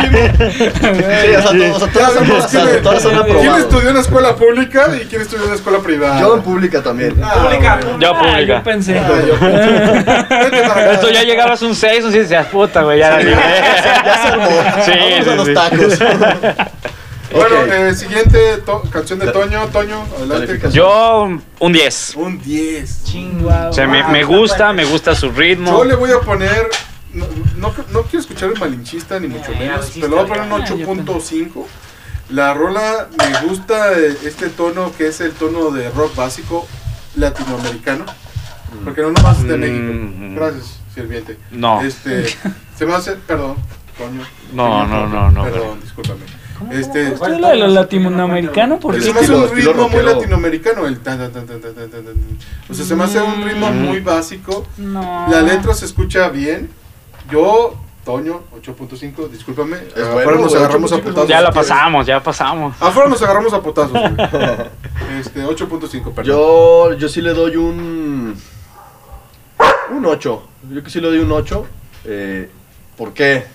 Sí, o sea, to- o sea, todas son, Sabemos o sea, quién- todas son ¿Quién aprobadas. estudió en la escuela pública y quién estudió en la escuela privada? Yo en pública también. Ah, Pública, bueno. Ya Ah, pública. yo pensé. Ah, yo- Vete para acá. Esto ya llegabas un seis, un siete. Decías, puta, güey. Ya la libré. Ya se armó. Sí, Vamos a sí, los sí. tacos. Bueno, Ok. eh, siguiente to- canción de Toño. Toño, adelante. Calificación. Yo, un 10. Un 10. O Este, sea, me, me gusta, me gusta su ritmo. Yo le voy a poner. No, no, no quiero escuchar el malinchista, ni Eh, mucho menos. Pero le voy a poner un Ah, yo 8.5. La rola me gusta eh, este tono que es el tono de rock básico latinoamericano. Porque no nomás es de Mm, mm. México. Gracias, sirviente. No. Este, se me hace. Perdón, coño. No, no, no, no, Perdón, discúlpame. Este, ¿Esto es lo de los latinoamericanos? ¿Por El se qué? me hace estilo- un estilo ritmo muy rockero. latinoamericano. El tan, tan, tan, tan, tan, tan, tan, tan. O sea, se me hace un ritmo Mm. muy básico. No. La letra se escucha bien. Yo, Toño, 8.5, discúlpame. afuera bueno, nos güey, agarramos a 8.5. putazos. Ya la si quieres. pasamos, ya pasamos. Afuera nos agarramos a putazos, güey. Este, 8.5, perdón. Yo, yo sí le doy un. Un 8. Yo que sí le doy un 8. Eh, ¿Por qué?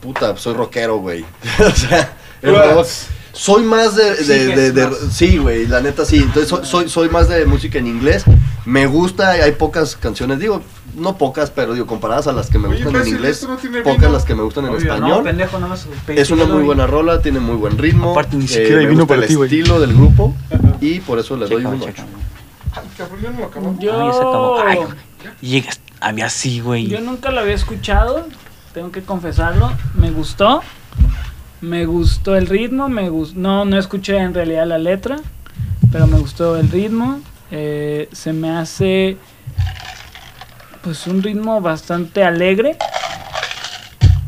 Puta, soy rockero, güey. o sea, el Tú eres- rock- Soy más de. de, de- de- más. sí, güey, la neta sí. Entonces soy, soy, soy más de música en inglés. Me gusta, hay pocas canciones, digo, no pocas, pero digo, comparadas a las que me Oye, gustan imbécil, en inglés, esto no tiene pocas vino. las que me gustan en Obvio, español. no, pendejo, no me Es una muy buena rola, tiene muy buen ritmo. eh, Aparte, ni siquiera me hay vino gusta para el ti, güey. estilo del grupo y por eso le doy un 8. Ay, Ah, cabrón, ya no lo acabamos. Yo, Ay, se acabó. Ay, Llegas, había así, güey. yo nunca la había escuchado, tengo que confesarlo. Me gustó. Me gustó el ritmo, me gus- no, no escuché en realidad la letra, pero me gustó el ritmo. Eh, se me hace pues un ritmo bastante alegre.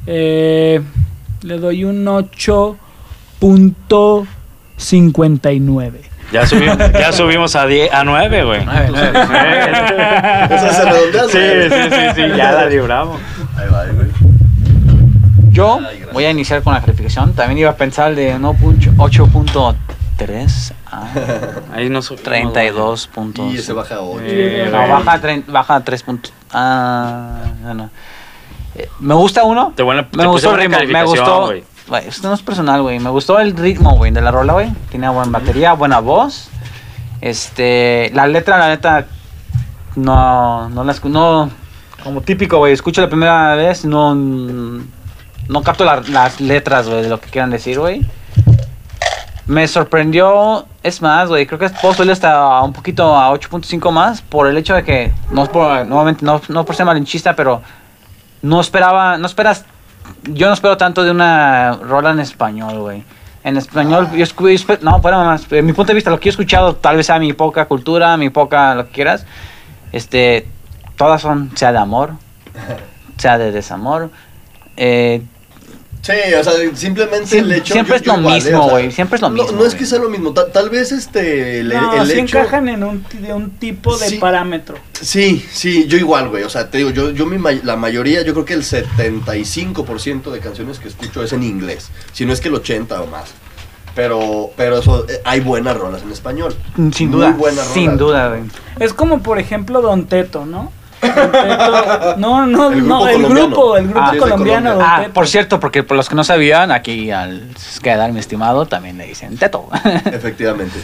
Eh, le doy un 8.59. Ya subimos, ya subimos a, 10 a 9, güey. Eso se redondea, Sí, güey. sí, sí, sí, ya la libramos. Ahí va, ahí, güey. Yo voy a iniciar con la calificación. También iba a pensar de 8.3 a Ahí no subimos. 32 puntos. Y se baja a 8. Eh, No, baja a, trein- baja a 3 puntos. Ah, no, no. Eh, me gusta uno. Te buena- me te gustó pusieron el ritmo. una Me gustó. calificación, Güey, Esto no es personal, güey. Me gustó el ritmo, güey, de la rola, güey. Tiene buena batería, buena voz. Este, la letra, la neta, no, no la escu- no, como típico, güey, escucho la primera vez, no, no capto la- las letras, güey, de lo que quieran decir, güey. Me sorprendió, es más, güey, creo que puedo subirle hasta un poquito a 8.5 más por el hecho de que, no es por, nuevamente, no, no por ser malinchista, pero no esperaba, no esperas, yo no espero tanto de una rola en español, güey. En español, yo escu- yo espe- no, fuera más, mi punto de vista, lo que yo he escuchado, tal vez sea mi poca cultura, mi poca lo que quieras, este, todas son, sea de amor, sea de desamor, eh, Sí, o sea, simplemente Siem- el hecho... siempre es lo igual, ¿eh? mismo, güey, siempre es lo no- mismo, No, es güey. que sea lo mismo, ta- tal vez este... El, No, el sí hecho... encajan en un, de un tipo de Sí. parámetro. Sí, sí, yo igual, güey. O sea, te digo, yo, yo mi ma- la mayoría, yo creo que el 75% de canciones que escucho es en inglés. Si no es que el 80 o más. Pero, pero eso, eh, hay buenas rolas en español. Mm, sin Muy duda, buenas rolas. sin duda, güey. Es como, por ejemplo, Don Teto, ¿no? Don Teto- no, no, El no, grupo el colombiano. grupo, el grupo Ah, sí, es de colombiano, Colombia. Don Ah, Teto. por cierto, porque por los que no sabían, aquí al quedar mi estimado también le dicen teto. Efectivamente.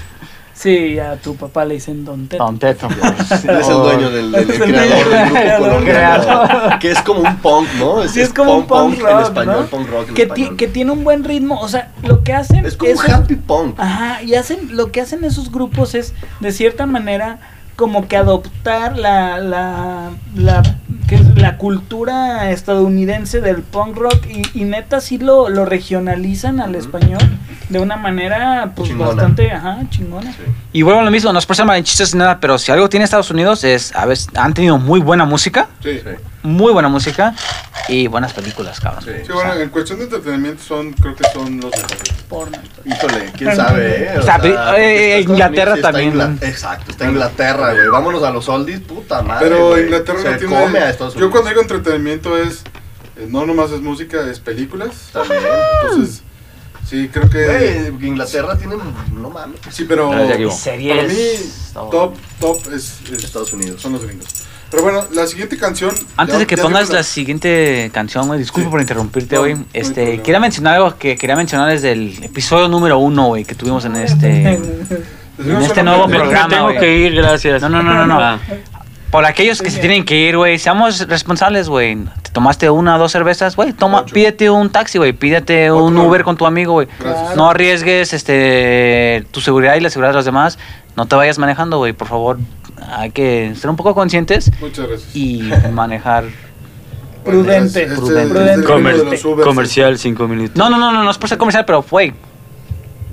Sí, a tu papá le dicen Don Teto. Don teto. pues. Él es el dueño del, del- del Es el creador del dueño del grupo creador. colombiano, Que es como un punk, ¿no? Sí, es como un punk rock, en español, ¿no? punk rock en que, ti- español. que tiene un buen ritmo, o sea, lo que hacen es como un esos- happy punk. Ajá, y hacen, lo que hacen esos grupos es, de cierta manera, como que adoptar la, la, la, que es la cultura estadounidense del punk rock y, y neta sí lo, lo regionalizan al Ujú. español de una manera pues Chingona. bastante, ajá, chingona. Sí. Y vuelvo a lo mismo, no es por ser malinchistas ni nada, pero si algo tiene Estados Unidos es, a veces, han tenido muy buena música, Sí. Sí, muy buena música y buenas películas, cabrón. sí. Sí, bueno, en cuestión de entretenimiento son, creo que son los mejores. Porno. Híjole, quién sabe, ¿eh? O sea, pero, porque eh, estas cosas Inglaterra sí está también. Ingla- Exacto, está Inglaterra, güey. Vámonos a los oldies, puta madre. Pero Ah, güey. Inglaterra Se no tiene. come a Estados yo Unidos. cuando digo entretenimiento es. eh, no nomás es música, es películas. También. Entonces, sí, creo que. Ah. Güey, Inglaterra tiene. No mames. Sí, pero. Ah, ya equivoco. Para mí, top, top es, es- Estados Unidos. son los gringos. Pero bueno, la siguiente canción. Antes ya- de que ya pongas digo la siguiente canción, güey, disculpe Sí. por interrumpirte, No, güey. no hay Este, problema. quería mencionar algo que quería mencionar desde el episodio número uno, güey, que tuvimos Ah, en este... Les digo en este solamente- nuevo Me- me programa, tengo güey. que ir, gracias. No, no, no, no, no. Ah. Por aquellos que se tienen que ir, güey, seamos responsables, güey. Te tomaste una o dos cervezas, güey, toma, Ocho. pídete un taxi, güey, pídete Otro. un Uber con tu amigo, güey. Gracias. No arriesgues este tu seguridad y la seguridad de los demás. No te vayas manejando, güey, por favor. Hay que ser un poco conscientes Muchas gracias. y manejar. Prudente, es- este- prudente. este es el Comer- gringo de los Ubers. comercial, cinco minutos. No, no, no, no, no es por ser comercial, pero güey,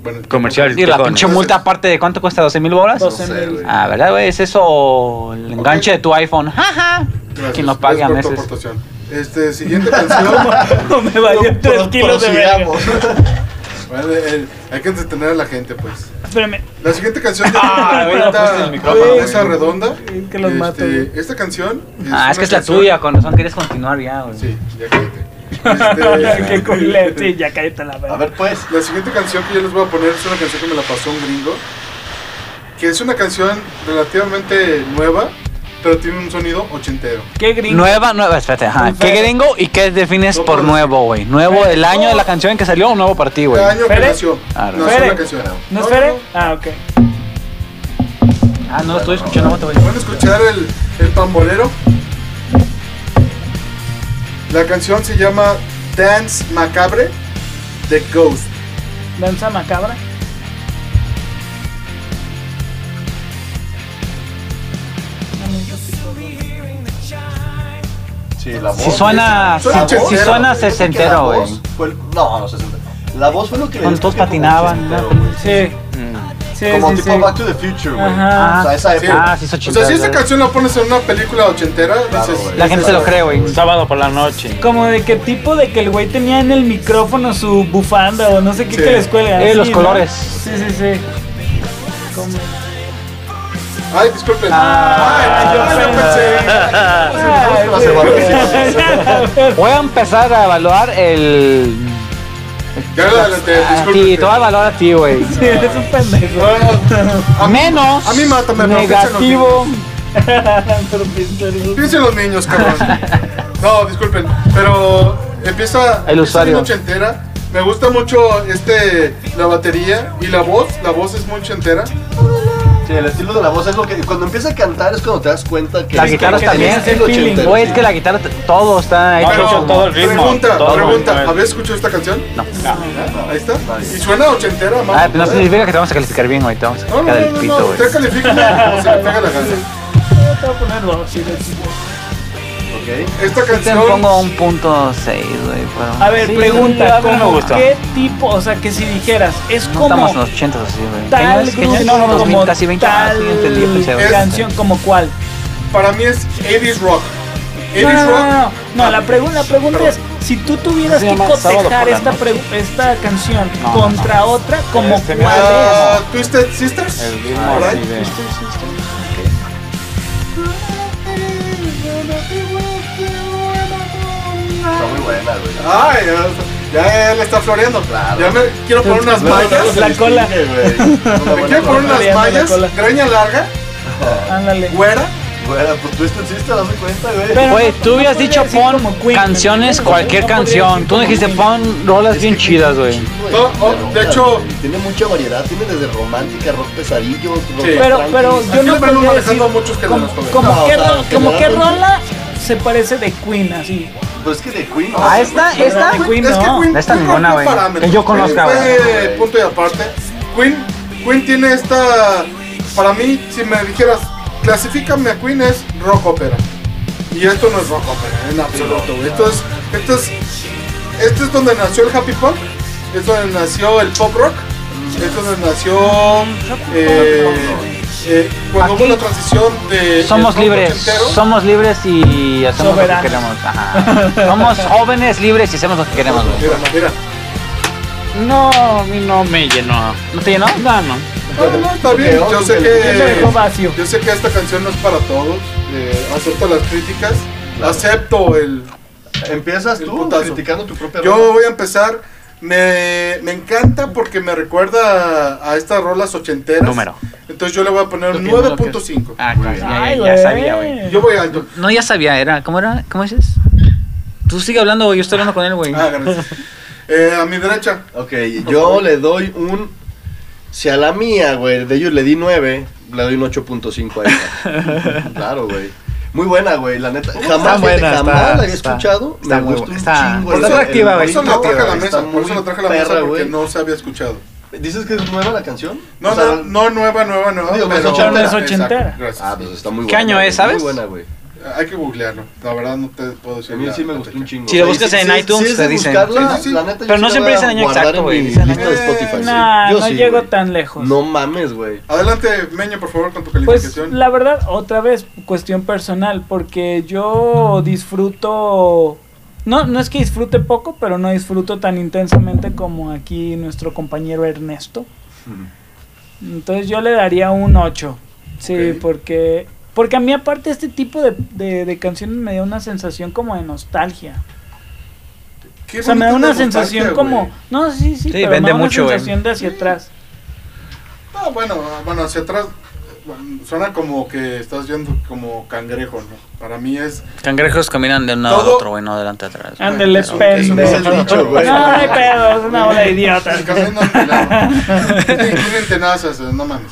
Bueno, Comercial. este, y la Tejones. pinche multa aparte de cuánto cuesta 12 mil bolas. No Doce sé, mil. güey. Ah, ¿verdad, güey? Es eso o el enganche Ok. de tu iPhone. Jaja. gracias. Quien lo pague a Gracias por meses. tu aportación. Este, siguiente canción. No me valió tres Pro- kilos de verga. prosigamos. Bueno, el- hay que entretener a la gente, pues. Espérame, La siguiente canción de Ah, güey, la Ahorita, puse en el micrófono, güey, güey. esa redonda. Este, Sí, que los mato, güey. Esta canción. Ah, una es que es la canción- tuya, con razón quieres continuar ya, güey. Sí, ya cállate. qué Este, culé. Sí, ya cállate la verga. A ver, pues. La siguiente canción que yo les voy a poner es una canción que me la pasó un gringo. Que es una canción relativamente nueva, pero tiene un sonido ochentero. ¿Qué gringo? Nueva, nueva, espérate, ajá. Un ¿Qué feo. gringo y qué defines No por puedo nuevo, güey? ¿Nuevo el año de la canción que salió o nuevo para ti, güey? Cada Este año que ¿Fere? nació. Ah, no. Nació ¿Fere? la canción. ¿No es No, Fere? no. Ah, ok. Ah, no lo estoy escuchando, no te voy Van a escuchar el, el tamborero. La canción se llama Dance Macabre de Ghost. Danza macabra. Sí, la voz. Si suena- güey. La si suena voz, güey. Yo creo que la sesentero, voz güey. fue el- No, no sesentero. La voz fue lo que le Cuando dio todos que como patinaban, sesentero, ¿no? güey. Sí. Sí, Como sí, tipo sí. Back to the Future, güey. Ajá. O sea, esa época. Ah, sí, es O sea, si esta ochentero. canción la pones en una película ochentera, Claro, dices, güey. La gente se lo cree, güey. Un sábado por la noche. Como de qué tipo de que el güey tenía en el micrófono su bufanda o no sé qué Sí. que les cuelga. Eh, así, los ¿no? colores. Sí, sí, sí. Como- Ay, disculpen. Ah, Ay, yo yo pensé. Ay, güey. Voy a empezar a evaluar el... Ya lo adelanté, A disculpen. ti, te voy a evaluar a ti, güey. Sí, eres un pendejo. Menos a mí mátame, pero negativo. Pero pienso en eso. Piensen los niños, cabrón. No, disculpen. Pero empieza. El usuario. Es ochentera. Me gusta mucho este la batería y la voz. La voz es muy ochentera. Sí, el estilo de la voz es lo que. Cuando empieza a cantar es cuando te das cuenta que. Las que- guitarras que también, tenés el ese feeling, ochentero. Güey, es que la guitarra, t- todo está hecho Pero- como- todo el ritmo, Pregunta, todo el pregunta. ritmo. ¿Habías escuchado esta canción? No. Ahí está. Y suena ochentera, más. Ah, pero no significa que te vamos a calificar bien, güey. Te vamos a No, no, no, calificar del no, pito, no. güey. Usted califíqueme como se le pega la gana. Te voy a poner dos, sí, sí, sí. Ok, Ok. Esta Yo Te canción. pongo un punto 6, güey. pero- A ver, Sí, pregunta, a mí me ¿cómo gustó. qué tipo? O sea, que si dijeras, es No como estamos en los 80 así, güey. ¿Qué año tal es? ¿Qué año grupo, es? No, no, no, 2000, como casi pues, 20 años. Sí, entendí, pensé, güey. tal canción, como cuál. Para mí es 80s rock. 80s No, no, rock. no, no, no. No, la, pregunta la pregunta Perdón. es, si tú tuvieras Se que llama Sábado por cotejar la esta, noche. pregu- esta canción No, no, contra otra, como Este, cuál Ah, Twisted Sisters. El por ritmo ahí. así de. Está muy buena, güey. Ay, ya, ya le está floreando. Claro. Ya me quiero poner unas Luego, luego mallas. se La distingue, cola. güey. Una Me buena quiero poner rola. una- unas Floreando la cola. mallas. Greña larga, es. Ándale. güera. Bueno, pues tú estuviste dame cuenta, güey. Pero Güey, no- tú no hubieras podría dicho decir pon como Queen, canciones, ¿no? cualquier No podría canción. decir Tú como dijiste Queen. pon rolas bien chidas, güey. No, oh, de Pero, hecho- güey, Tiene mucha variedad, tiene desde romántica, rock pesadillo, rock Sí. Pero, tranqui. pero Aquí yo no lo vengo podría decir manejando a muchos que no como, nos convencen. como No, qué o sea, ro- que como le qué dan- rola se parece de Queen así. Pues es que de Queen. Ah, sé, esta- güey. esta- Es que Queen no. Queen- Esta Queen ninguna, rompió güey. parámetros. Que yo conozca, Queen güey. fue punto y aparte. Queen, Queen tiene esta. Para mí, si me dijeras, clasifícame a Queen es rock opera. Y esto no es rock opera, en absoluto, güey. Esto es, esto es, esto es donde nació el happy pop. Es donde nació el pop rock. Es donde nació. eh, eh, cuando Aquí hubo la transición de. Somos del rock libres, ochentero. somos libres y hacemos lo que Soberanos. queremos. Ajá. Somos jóvenes, libres y hacemos lo que queremos, güey. Mira, mira. No, a mí no me llenó. ¿No te llenó? No, no. No, no, está bien. Ok, Yo sé ok. que. ¿Quién me dejó vacío? Yo sé que esta canción no es para todos, eh, acepto las críticas, acepto el... Empiezas El tú putazo. criticando tu propia Yo rola. voy a empezar, me, me encanta porque me recuerda a, a estas rolas ochenteras. Número. Entonces yo le voy a poner Yo pienso que- 9.5. Ah, claro, ya, Ay, ya, ya sabía, güey. Yo voy alto. No, ya sabía, era. ¿Cómo era? ¿Cómo dices? Tú sigue hablando, güey. Yo estoy hablando con él, güey. Ah, gracias. Eh, a mi derecha. Ok, yo le doy un. Si a la mía, güey, de ellos le di 9, le doy un 8.5 a ella. claro, güey. Muy buena, güey, la neta. Jamás, fíjate, buena, jamás está- la había está- escuchado. está me muy gusta bu- un está- chingo. por el- eso la el activa, güey. Por eso ritmo, la traje a la güey, mesa, está por eso muy la traje a la mesa perra, porque güey. no se había escuchado. ¿Dices que es nueva la canción? No, O sea, no, no nueva, nueva, nueva. Digo, pero- es ochentera. Exacto, Es ochentera. gracias. Ah, pues está muy buena. ¿Qué año güey, es, sabes? Muy buena, güey. Hay que googlearlo. La verdad no te puedo decir. A mí la- sí me la gustó fecha. un chingo. Si lo buscas en iTunes, te dicen. Sí, sí, sí. La neta, yo Pero no sí siempre la voy a dicen año guardar exacto, en güey, mi dicen lista año. de Spotify. sí. Nah, Yo no sí, llego güey. tan lejos. No mames, güey. Adelante, Meño, por favor, con tu Pues calificación. la verdad, otra vez, cuestión personal, porque yo disfruto, no, no es que disfrute poco, pero no disfruto tan intensamente como aquí nuestro compañero Ernesto. Entonces yo le daría un 8, sí, Ok. porque, porque a mí aparte este tipo de, de- de canciones me da una sensación como de nostalgia. Qué O sea, me da bonita una nostalgia, sensación güey. como, no, sí, sí, Sí, pero me vende da una mucho, güey. sensación de hacia atrás. Ah, bueno, bueno, hacia atrás bueno, suena como que estás viendo como cangrejo, ¿no? Para mí es. Cangrejos caminan de un lado al Todo- otro, güey, no adelante atrás. güey. Ándale, Pues, es un- es un- pendejo. es un dicho, güey. No, no hay pedo, es una bola de idiotas. El camino antelado. Tienen tienen tenazas, eh, no mames.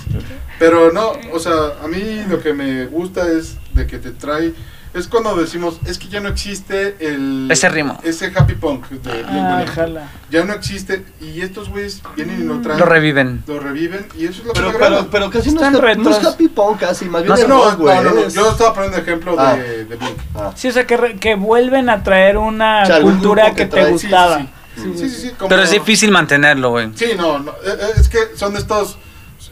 Pero no, o sea, a mí lo que me gusta es de que te trae. Es cuando decimos, es que ya no existe el. Ese ritmo. Ese happy punk de Ah, Blink-182. jala. Ya no existe. Y estos güeyes vienen y lo traen. Lo reviven. lo reviven. Y eso es lo que Pero, me pero, agrada. pero casi no Están es, happy- no retros. es happy punk, casi. Más bien No, es no, rock, güey. no, no, es- yo estaba poniendo ejemplo Ah. de, de Blink. Ah, Sí, o sea, que, re- que vuelven a traer una O sea, algún cultura grupo que, que te trae- sí, gustaba. sí, Sí, Sí, sí, sí, sí. como- Pero es difícil mantenerlo, güey. Sí, no, no, eh, eh, es que son de estos.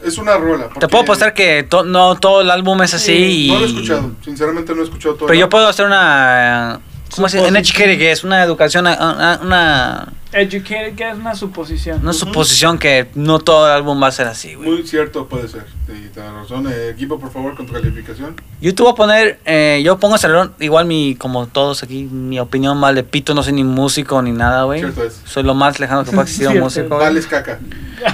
Es una rola. Te porque puedo apostar que to- no todo el álbum es así y... No lo he escuchado, sinceramente Pues no he escuchado todo. Pero el yo álbum. puedo hacer una... ¿Cómo se dice? NHK, que es una educación, a- a- a- una, Educated, que es una suposición. una suposición que no todo el álbum va a ser así, güey. Muy cierto, puede ser. Sí, tienes razón. Eh, equipo, por favor, con tu calificación. Yo te voy a poner, eh, yo pongo salón, igual mi, como todos aquí, mi opinión vale pito, no soy ni músico ni nada, güey. Cierto es. Soy lo más lejano que puede existir a un Cierto. músico. güey. Vales caca.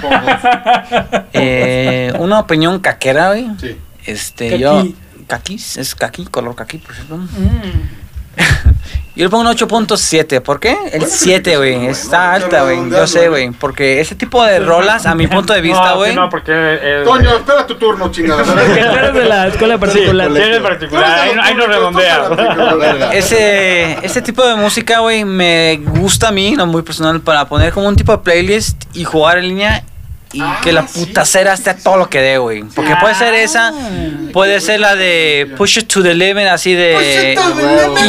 Pongo. Eh, una opinión caquera, güey. Sí. Este, Caquí. yo... Caquis, es caquí, color caquí, por cierto. Mm. Yo le pongo un 8.7, ¿por qué? El Buena 7, güey, calificación, está bueno. alta, güey, yo sé, güey, porque ese tipo de rolas, a mi punto de vista, güey, No, porque. eh, Toño, espera tu turno, chingada. Porque tú eres de la escuela Sí, particular. sí, en particular. Ahí, no- ahí no redondea. la verga. ese, ese tipo de música, güey, me gusta a mí, no muy personal, para poner como un tipo de playlist y jugar en línea y Ah, que la putacera esté a todo lo que dé, güey. Porque puede ser esa, puede ser la de Push It to the Limit, así de.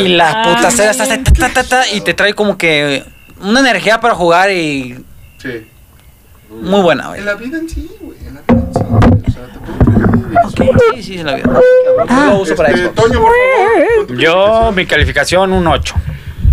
Y la Ah, putacera está ándale. ta, ta, ta, ta, y te trae como que una energía para jugar y. Sí. Muy buena, güey. En la vida en sí, güey. En la vida en sí. güey. O sea, tampoco. Ok, sí, sí, se la vida. Yo lo uso para Este, Xbox. Toño, por favor. con tu Yo, calificación. mi calificación, un 8.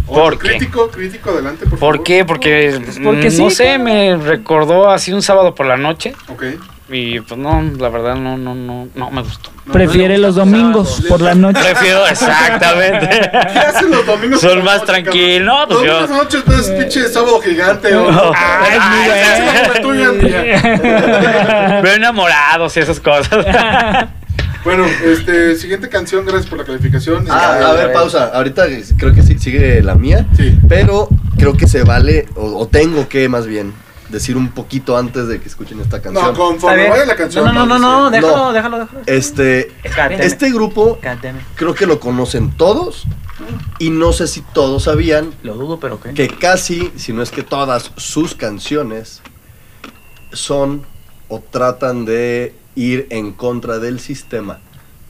Ocho, ¿Por qué? Crítico, crítico, adelante, por favor. ¿Por qué? Porque, porque mm, sí, no sé, claro. me recordó así un sábado por la noche. Ok. Y pues no, la verdad no, no, no, no me gustó. No, Prefiere no, los domingos por la noche. Prefiero, exactamente. ¿Qué hacen los domingos? Son más tranquilos, no, pues yo- Domingos noche, entonces Eh. pinche sábado gigante. o- No. Ay, Ay, eh. güey. sí. Esa es la juventud hoy en día. Veo enamorados y esas cosas. Bueno, este, siguiente canción, gracias por la calificación. Ah, Este, a ver, pausa. Ahorita creo que sí- sigue la mía. Sí. Pero creo que se vale, o, o tengo que más bien, decir un poquito antes de que escuchen esta canción. No, Está conforme bien. vaya la canción. No, no, no, no, no, vamos déjalo, No. déjalo, déjalo. Este, Cánteme, este grupo cánteme. creo que lo conocen todos. Y no sé si todos sabían Lo dudo, pero ¿qué? que casi, si no es que todas sus canciones son o tratan de ir en contra del sistema.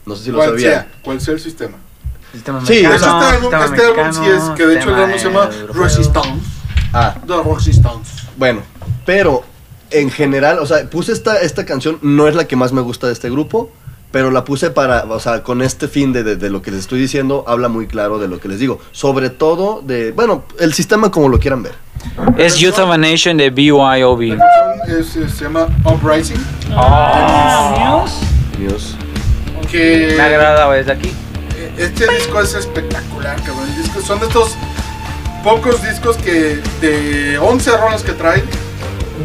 No sé si a lo decir. Cual sabían. sea, cual sea el sistema. Sistema Sí, De Ah, hecho, este no, álbum, este álbum sí es, que de hecho el álbum se llama Resistance. Ah, The Resistance. bueno, pero en general, o sea, puse esta, esta canción, no es la que más me gusta de este grupo, pero la puse para, o sea, con este fin de, de- de lo que les estoy diciendo, habla muy claro de lo que les digo. Sobre todo de, bueno, el sistema como lo quieran ver. Es Youth of a Nation de BYOB. La canción es, eh, se llama Uprising. Ah, Dios. Dios. Que Me agrada, güey, desde aquí. Este disco es espectacular, cabrón. El disco- son de estos pocos discos que de 11 rolas que trae,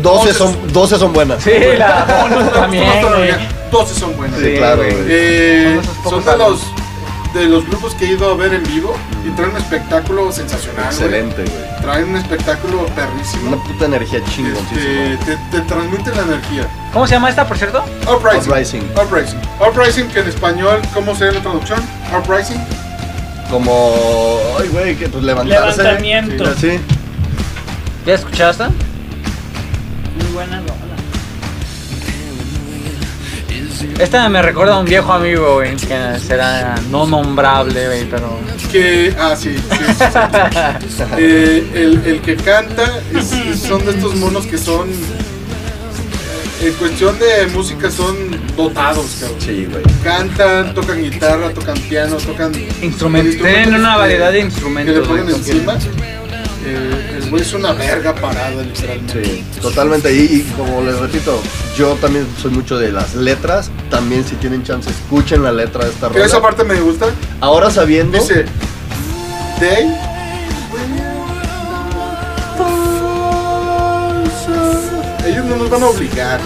12 son, 12 son buenas. Sí, la bonus también, güey. 12 son buenas. Sí, claro, güey. Eh, son Son de esos pocos de los álbumes. de los grupos que he ido a ver en vivo y traen un espectáculo sensacional. güey. Excelente, güey. Traen un espectáculo Una perrísimo. puta energía Este, chingoncísima. te, te transmite la energía. ¿Cómo se llama esta, por cierto? Uprising. Uprising. Uprising. Uprising, que en español, ¿cómo sería la traducción? Uprising. Como. Ay, güey, que pues levantarse. Levantamiento. Sí. ¿Ya escuchaste? Muy buena rola. Esta me recuerda a un viejo amigo, güey, que será no nombrable, güey, pero... Que, ah, sí, sí, sí, sí. Eh, el, el que canta es- es- son de estos monos que son. eh, En cuestión de música son dotados, cabrón. Sí, güey. Cantan, tocan guitarra, tocan piano, tocan. Instrumentos. Tienen una que- variedad de Que le instrumentos, ponen güey. encima. Eh, el güey es una verga parada, literalmente. Sí, totalmente. Y, y como les repito, yo también soy mucho de las letras. También, si tienen chance, escuchen la letra de esta Que esa rola. parte me gusta. Ahora sabiendo. Dice. They. Ellos no nos van a obligar.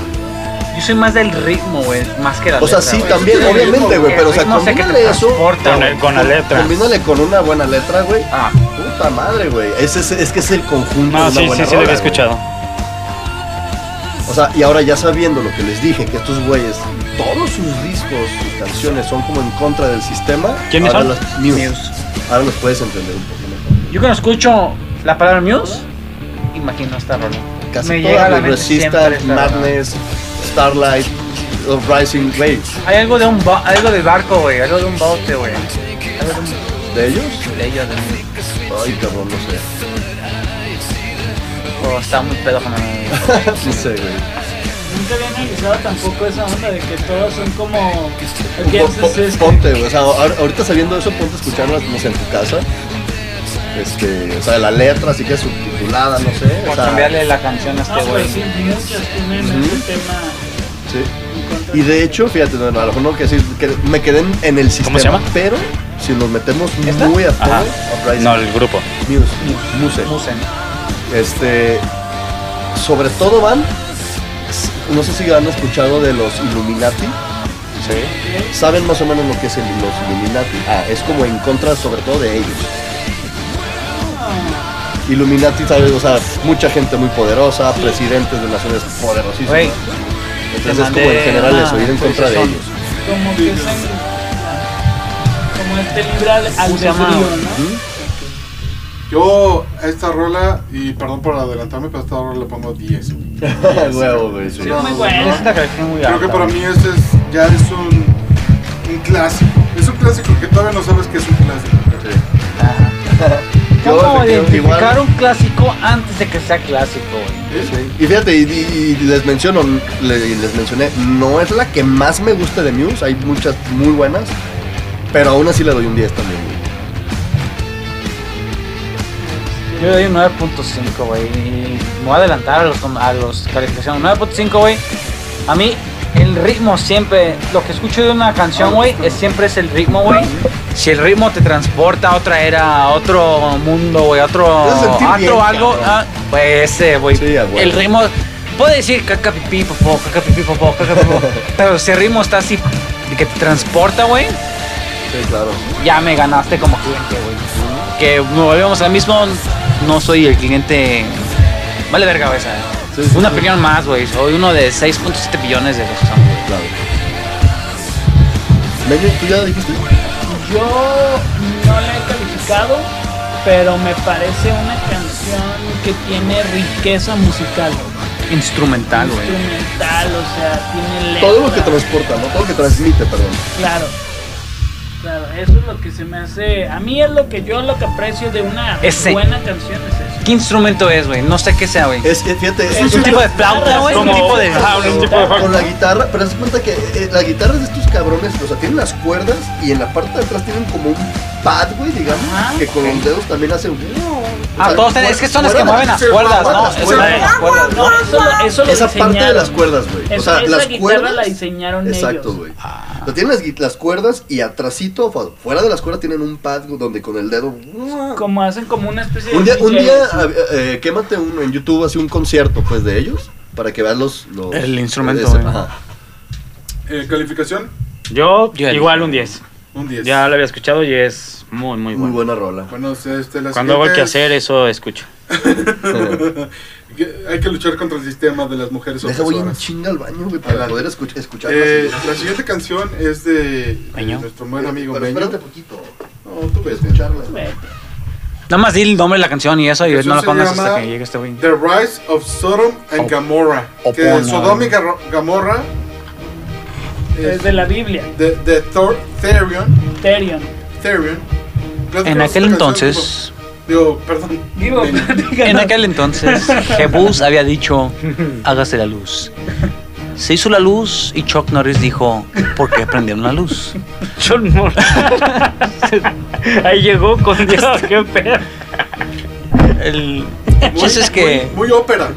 Yo soy más del ritmo, güey, más que la O sea, letra, sí, güey. también, Sí, obviamente, güey. el Pero, o sea, ritmo sé que te combínale eso. transporta, Con, güey. el- con la letra. Combínale con una buena letra, güey. Ah. Puta madre, güey. Ese Es, es que es el conjunto de No, una sí, buena sí, sí, lo rola, había güey. escuchado. O sea, y ahora ya sabiendo lo que les dije, que estos güeyes, todos sus discos, sus canciones son como en contra del sistema. ¿Quiénes ahora son? Las, Muse. Muse. Ahora los puedes entender un poco mejor. Yo cuando escucho la palabra Muse, imagino esta rola. Casi Me llega a todas, la güey, mente siempre Resistance, esta rola. Madness, Starlight, Rising Waves. Hay algo de un ba- algo del barco, güey, algo de un bote, güey. Algo de un ¿De ellos? de ellos, de mí. Ay, cabrón, no sé. O está muy pedo como... no sé, güey. Nunca había analizado tampoco esa onda de que todos son como. Po- against the po- system. Ponte, güey. O sea, ahor- ahorita sabiendo eso, ponte a escucharlas, no sé, en tu casa. Este, o sea, la letra, así que subtitulada, no sé. O Por sea, cambiarle la canción a No, este güey. pues sí, muchas tienen ese tema. sí. en contra Y de hecho, fíjate, no, a lo mejor no que decir que me quedé en- en el sistema, ¿Cómo se llama? pero si nos metemos ¿Esta? muy a Ajá. fondo, Uprising, No, el grupo. Muse, Muse, Musen. este, sobre todo van, no sé si han escuchado de los Illuminati, Sí. saben más o menos lo que es el- los Illuminati, ah, es como en contra sobre todo de ellos. Ah. Illuminati, sabes, o sea, mucha gente muy poderosa, presidentes de naciones poderosísimas. Güey, Entonces te es como en mandé general una eso, ir en contra de actualización. ellos. Como que son. Como este libre al- se llama? albedrío, ¿no? ¿Mm? Yo a esta rola, y perdón por adelantarme, pero a esta rola le pongo 10. güey. Huevo, güey. sí. Es muy una- buena. ¿no? Esta canción muy Creo que para mí ese es, ya es un, un clásico. Es un clásico que todavía no sabes que es un clásico. Sí. Yo ¿Cómo me quedo identificar igual. un clásico antes de que sea clásico, güey? ¿eh? Y fíjate, y, y- y les menciono, le- les mencioné, no es la que más me gusta de Muse, hay muchas muy buenas, pero aún así le doy un 10 también. güey. Yo le doy un 9.5, güey. y Me voy a adelantar a los, a los calificaciones. 9.5, güey. A mí, el ritmo siempre. Lo que escucho de una canción, güey, es, siempre es el ritmo, güey. Si el ritmo te transporta a otra era, a otro mundo, güey, a otro. Te hace sentir a bien, otro algo. cabrón. ah, Pues ese, güey. Sí, a huevo. el ritmo. Puedo decir caca pipí, popó, caca pipí, popó, caca pipí, popó, Pero si el ritmo está así, de que te transporta, güey Sí, claro. ya me ganaste como cliente, güey. Que volvemos al mismo, no soy el cliente. Vale verga, güey. ¿sabes? Sí, sí, Una sí. opinión más, güey. Soy uno de 6.7 billones de los que son, güey. claro. Meño, ¿tú ya dijiste? Yo no la he calificado, pero me parece una canción que tiene riqueza musical, Instrumental, güey. instrumental, o sea, tiene letra. Todo lo que transporta, ¿no? Todo lo que transmite, perdón. Claro. Claro, eso es lo que se me hace. A mí es lo que yo lo que aprecio de una Ese. buena canción es eso. ¿Qué instrumento es, güey? No sé qué sea, güey. Es que fíjate, es, Es un una tipo de guitarra, flauta, güey, es un una tipo de- guitarra. Ah, un tipo de con la guitarra, pero haz cuenta que eh, las guitarras de estos cabrones, o sea, tienen las cuerdas y en la parte de atrás tienen como un pad, güey, digamos, Ajá. que con los dedos también hacen... Ah, todos tienen- es que son las que mueven las cuerdas, ¿no? Es que mueven las cuerdas, ¿no? No, eso, lo- eso lo Esa diseñaron. parte de las cuerdas, güey. O Es- esa sea, las guitarra cuerdas. la diseñaron Exacto, ellos. güey. O sea, tienen las, gui- las cuerdas y atrasito, fu- fuera de las cuerdas, tienen un pad donde con el dedo. Como hacen como una especie de. Un día, un DJ, día así. eh, eh, quémate uno en YouTube, así un concierto, pues, de ellos, para que veas los. los- El instrumento, ese, güey. ajá. Eh, calificación, Yo Yo igual un 10. un 10. Ya lo había escuchado y es muy, muy Muy bueno. buena rola. Bueno, o sea, este, la Cuando hago el siguiente es- quehacer, eso escucho. Que Hay que luchar contra el sistema de las mujeres Deja, voy en opresoras. chinga al baño, güey, para Adelante. poder escuch- escucharla. Eh, así. la siguiente canción es de, de Meño. nuestro buen amigo Pero Meño. espérate pues, poquito. No, tú ves, Escucharla. Nada más di el nombre de la canción y eso, y Eso no la se pongas llama hasta que Oh. llegue este güey. The Rise of Sodom and Op- Gomorrah. Que Opona. Sodoma y Gar- Gomorra Es es de la Biblia, de, de Thor, Therion. Therion. Therion. Platicamos En esta aquel canción, entonces, tipo- Digo, perdón. Digo, Meño. en aquel entonces, Jebus había dicho, hágase la luz. Se hizo la luz y Chuck Norris dijo, ¿por qué prendieron la luz? John Moore. Ahí llegó con Dios, qué pedo. El Muy- chiste es que... Muy, muy ópera.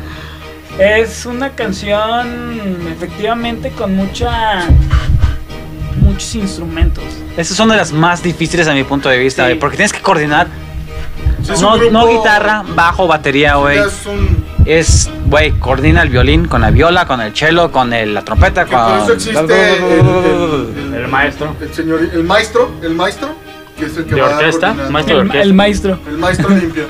Es una canción efectivamente con mucha muchos instrumentos. Esas son de las más difíciles a mi punto de vista, Sí. güey, porque tienes que coordinar. Sí, es un No, grupo- no guitarra, bajo, batería, güey. Es un. Es, güey, coordina el violín con la viola, con el cello, con el- la trompeta, Que por eso con... existe el, el- el- El maestro. el señor, el maestro, el maestro, que es el que ¿De va orquesta? coordinando. ¿Maestro? El, el maestro. El maestro limpio.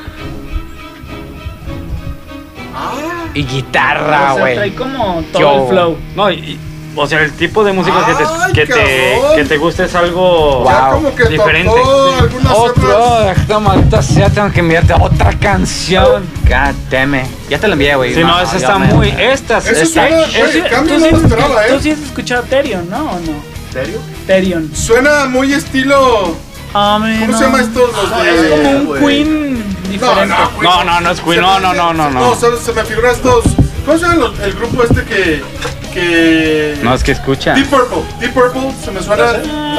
Y Ah, guitarra, o sea, trae güey. como todo Yo. el flow. No, y- o sea, el tipo de música Ay, que, te, que, te, cabrón. que te gusta es algo Ya Wow, como que diferente. tocó algunas otras. Otro, esta maldita sea, tengo que enviarte otra canción. God damn it. Ya te la envié, güey. Ah, Si no, esa ya está me- muy. Estas, Eso esta- suena- Güey, Tú sí- cambio tú no sí lo has- esperaba, ¿eh? Tú sí has escuchado Therion, ¿no? ¿O no? ¿Serio? Therion. Suena muy estilo. ¿Cómo se llama este estos? Los Es como de... un güey. Queen diferente. güey. No, no, no es Queen. Se No, me- no, no, no, No, no. ¿sabes? se me figura estos. ¿Cómo se llama los- el grupo este que. que. No, es que escucha. Deep Purple. Deep Purple se me suena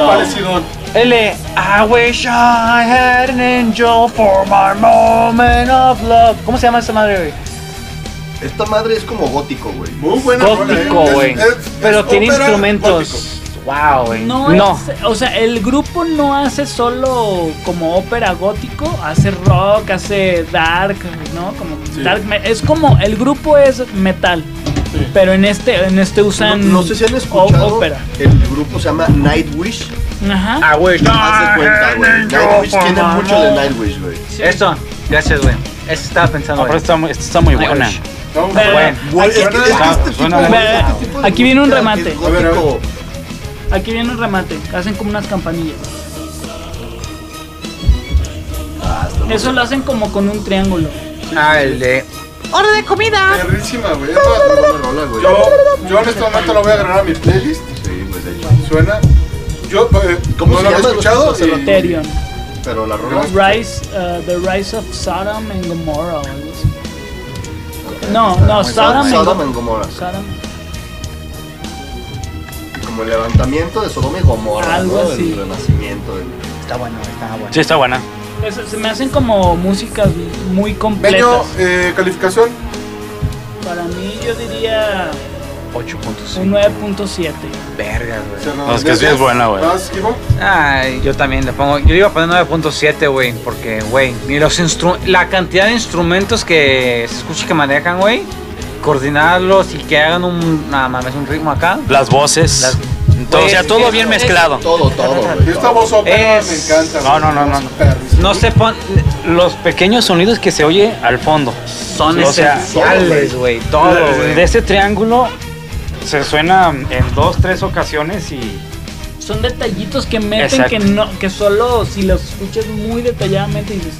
parecido. L. I wish I had an angel for my moment of love. ¿Cómo se llama esa madre, güey? Esta madre es como gótico, güey. Muy buena Gótico, rola, ¿eh? güey. Es- es- Pero es tiene ópera instrumentos. Wow, güey. No, es- o sea, el grupo no hace solo como ópera gótico, hace rock, hace dark, ¿no? Como Sí. dark me- es como el grupo es metal, pero en este en este No, usan no sé si han o- escuchado. ópera. El grupo se llama Nightwish. Ah, Ajá. wish Haz de cuenta, güey. Nightwish tiene mucho de Nightwish, güey. Esto, gracias, güey. Eso estaba pensando. No, pero güey. esta, esta está muy Ay, buena. güey. gótico. No, Pero- bueno. Güey, es que- es que suena- este tipo suena de- muy- este tipo de Aquí viene un música que remate. es A ver, a ver. gótico. Aquí viene un remate, hacen como unas campanillas. Ah, está Eso lo hacen como con un triángulo. Ah, el de. ¡Hora de comida! Perrísima, güey. Es más, Buena Ah, rola, güey. Yo, yo en este momento lo voy a agregar a mi playlist. Sí, güey, de hecho. Suena. Yo eh, ¿Cómo no se lo había llama? escuchado. Eh, Los- los- y- Ethereum. Pero la rola. Rise, uh, the Rise of Sodom and Gomorrah. o algo así. No, no, Sodom and Sodom Gomorrah. and Gomorra. Sodom. Como el levantamiento de Sodoma y Gomorra. Algo ¿no? así. El renacimiento. del- Está bueno, está Ah, bueno. Sí, está buena. Eso, se me hacen como músicas muy completas. Meño, eh, calificación. Para mí yo diría 8.5. un 9.7. Vergas, güey. Cerrado. No, es que sí es buena, güey. ¿Vas, Ivo? Ay, yo también le pongo. Yo le iba a poner 9.7, güey. Porque, güey, ni los instru- la cantidad de instrumentos que se escucha que manejan, güey. Coordinarlos y que hagan un. Nada más, un ritmo acá. Las voces. Las- todo, o sea, Güey, todo es- bien es- mezclado. Todo, todo, güey. Y esta voz ópera me Es- encanta. no, güey. no, no, no, no. Perrísima. No se pon. Los pequeños sonidos que se oye al fondo. Son O sea, esenciales, güey. Todo, güey. De este triángulo se suena en dos, tres ocasiones y Son detallitos que meten Exacto. que no que solo si los escuchas muy detalladamente dices,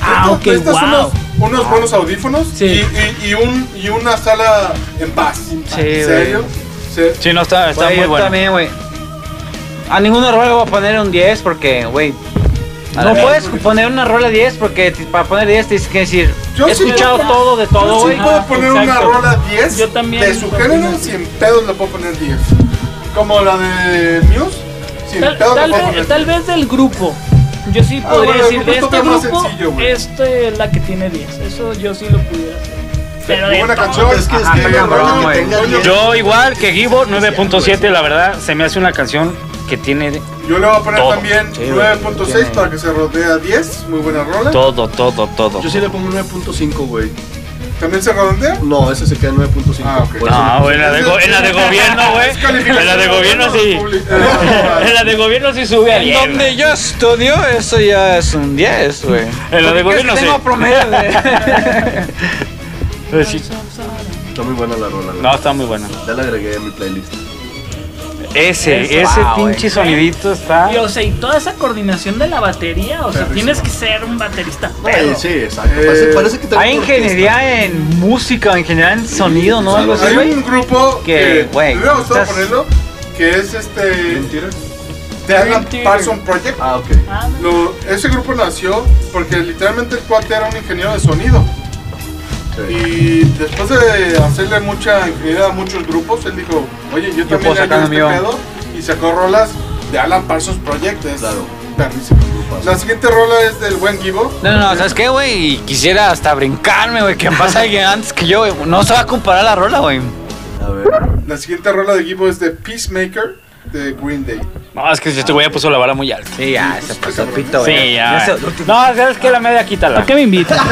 ah, Esto- ok, estos son wow. unos, unos buenos audífonos Sí. y, y- y un, y una sala en paz. Sí, ¿En güey. serio? Se- sí, no está, está Güey, muy yo bueno. también, güey. A ninguna rola le voy a poner un 10 porque, güey. A No ver. puedes poner una rola 10 porque ti- para poner 10 tienes que decir. Yo he sí escuchado puedo- todo de todo, Yo güey. sí puedo Ah, poner exacto. una rola 10 Yo también de su opino género, así. si en pedos le puedo poner 10. Como la de Muse, si en Tal, pedos le tal puedo vez, poner tal vez del grupo. Yo sí Ah, bueno, podría el decir, grupo de está este más grupo, sencillo, güey. esta es la que tiene 10. Eso yo sí lo pudiera hacer. Pero Muy de buena todo- canción. Es que, es Ajá, que, está cabrón, rola que güey. tenga diez. Yo igual que Gibo, 9.7, la verdad, se me hace una canción que tiene Yo le voy a poner Todo. también Sí, güey, 9.6 tiene- para que se rodea 10. Muy buena rola. todo, todo, todo. Yo sí le pongo un 9.5, güey. ¿También se redondea? No, ese se queda en 9.5. Ah, ok. Por eso No, le- güey, en la de, go- en la de gobierno, güey. Es calificación En la de gobierno sí. pública. En la de gobierno sí sube a 10. güey. yo estudio, eso ya es un 10, güey. En la de Porque gobierno sí. Tengo promedio de. Eh, sí. Está muy buena la rola. No, está muy buena. Ya la agregué a mi playlist. Ese, Eso. ese Wow, pinche sonidito está. Y, o sea, y toda esa coordinación de la batería, o sea, Perrísimo. tienes que ser un baterista. Ay, Pero, sí, exacto. Eh, parece, parece que Hay tengo una ingeniería en música, en general en sonido, ¿no? Algo así, Hay güey. un grupo Que, que, güey, me hubiera gustado estás- ponerlo, que es este... orquesta. The Alan Mentira. Parson Project. Ah, ok. ah, no. Lo- ese grupo nació porque literalmente el cuate era un ingeniero de sonido. Sí. Y después de hacerle mucha ingeniería a muchos grupos, él dijo, oye, yo también puedo le sacar hago un este mío". pedo. Y sacó rolas de Alan Parsons Project. Es Claro. perrísimo. La siguiente rola es del buen Gibo. No, no, ¿sabes qué, güey? Quisiera hasta brincarme, güey, que pasa alguien antes que yo, güey. No se va a comparar la rola, güey. A ver. La siguiente rola de Gibo es de Peacemaker de Green Day. No, es que este güey ya puso la vara muy alta. Sí, ya, se pasó pito, güey. Sí, ya. se- lo- No, sabes que la media quítala. ¿Por qué me invitas? ¿Qué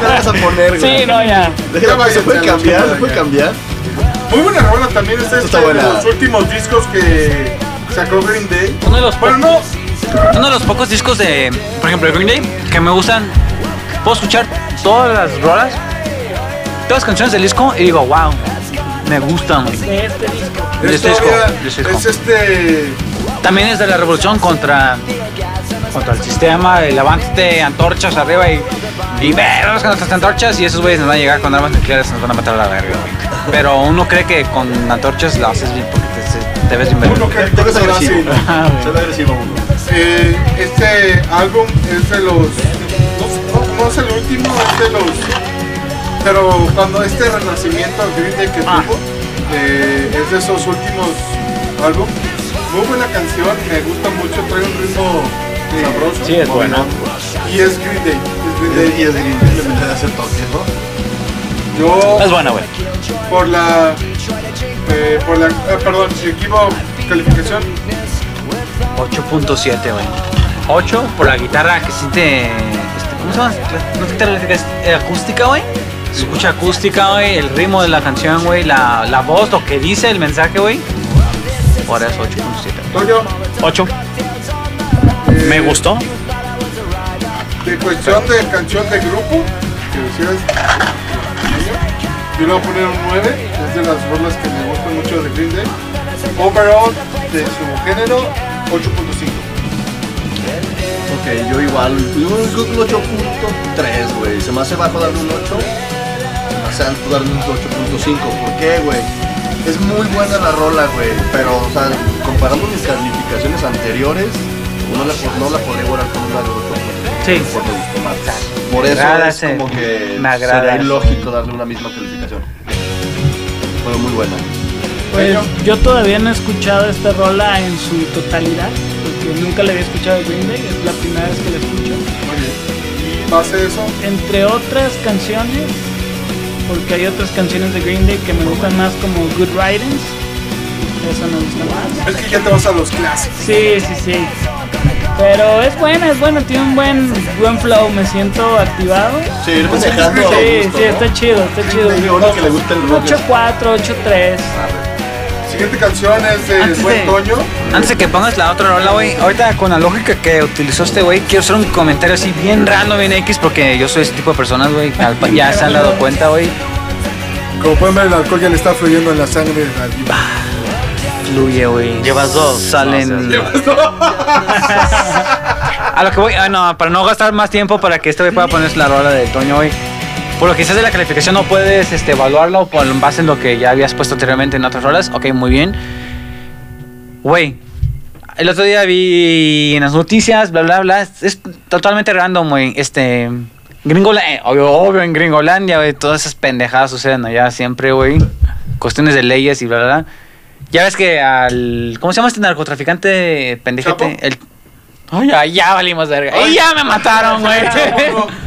le vas a poner, güey? sí, no, ya. Déjala, Ya vaya, ¿Se puede ya la cambiar? chingada, ¿Se puede ya. cambiar? Muy buena rola también es este Está de buena. los últimos discos que sacó Green Day. Uno de los Bueno, no, Uno de los pocos discos de, por ejemplo, de Green Day, que me gustan. Puedo escuchar todas las rolas, todas las canciones del disco y digo, wow, me gustan, güey. De este disco. De es, este disco, todavía- de este disco. es este... También es de la revolución contra, contra el sistema, el avance de antorchas arriba y, y verlos con nuestras antorchas y esos güeyes nos van a llegar con armas nucleares y nos van a matar a la verga, güey. Pero uno cree que con antorchas lo haces bien porque te, te ves bien verga. Uno que Tú eres se va así. agresivo. Solo agresivo uno. Eh, este álbum es de los. No, no- no es el último, es de los. Pero cuando este renacimiento Green Day que Ah. tuvo, eh, es de esos últimos álbumes. Muy buena canción, me gusta mucho, trae un ritmo sabroso. Sí, es buena. Y es Green Day. Es Green Day. Y es gringo, le meten a hacer toques, ¿no? Yo, Es buena, güey. por la. eh, por la eh, perdón, si equipo calificación, 8.7, güey. 8 por la guitarra que siente. este, ¿Cómo se llama? La- No es guitarra eléctrica, es eh, acústica, güey. Se escucha acústica, güey. El ritmo de la canción, güey. La, la voz, lo que dice el mensaje, güey. Por eso, 8.7. Toño, 8. eh, Me gustó. De cuestión de canción de grupo, que decías, yo le voy a poner un 9, es de las rolas que me gustan mucho de Green Day. Overall, de su género, 8.5. Ok. Ok, yo igual. Yo creo que un 8.3, güey. Se me hace bajo darle un 8. Se me hace alto darle un 8.5. ¿Por qué, güey? Es muy buena la rola, güey. Pero, o sea, comparando mis calificaciones anteriores, no la, no la podría igualar con una de 8. Sí. Porque me gustó más. Por eso agrada es ese- como que me agrada sería ese. ilógico darle una misma calificación. Pero muy buena. Pues yo todavía no he escuchado esta rola en su totalidad, porque nunca la había escuchado de Green Day, es la primera vez que la escucho. Pase eso, Entre otras canciones, porque hay otras canciones de Green Day que me gustan más como Good Riddance, esa me gusta más. es que ya te vas a los clásicos. Sí, sí, sí. Pero es buena, es buena, tiene un buen, buen flow, me siento activado. Sí, ir manejando. a Sí, gusto, sí, ¿no? está chido, está chido. Green Day, uno que le gusta el rock. 8-4, 8-3. Siguiente canción es Ah, de Antes Buen de- Toño. Antes de que pongas la otra rola, güey, ahorita con la lógica que utilizó este güey, quiero hacer un comentario así bien random, bien X, porque yo soy ese tipo de personas, güey. al pa- Ya se han dado cuenta, güey. Como pueden ver, el alcohol ya le está fluyendo en la sangre de la diva. Fluye, güey. Llevas dos. Salen. No, o A lo que voy, ah, no, para no gastar más tiempo para que este güey pueda ponerse la rola de Toño hoy. Por lo que dices de la calificación, no puedes este, evaluarlo por en base en lo que ya habías puesto anteriormente en otras rolas. Ok, muy bien. Güey, el otro día vi en las noticias, bla, bla, bla. Es, es totalmente random, güey. Este. Gringolandia, obvio, obvio, en Gringolandia, güey. Todas esas pendejadas suceden allá siempre, güey. Cuestiones de leyes y bla, bla, bla. Ya ves que al. ¿Cómo se llama este narcotraficante pendejete? ¿Chapo? El. Ay, ya, ya valimos verga. Y ya me mataron, güey.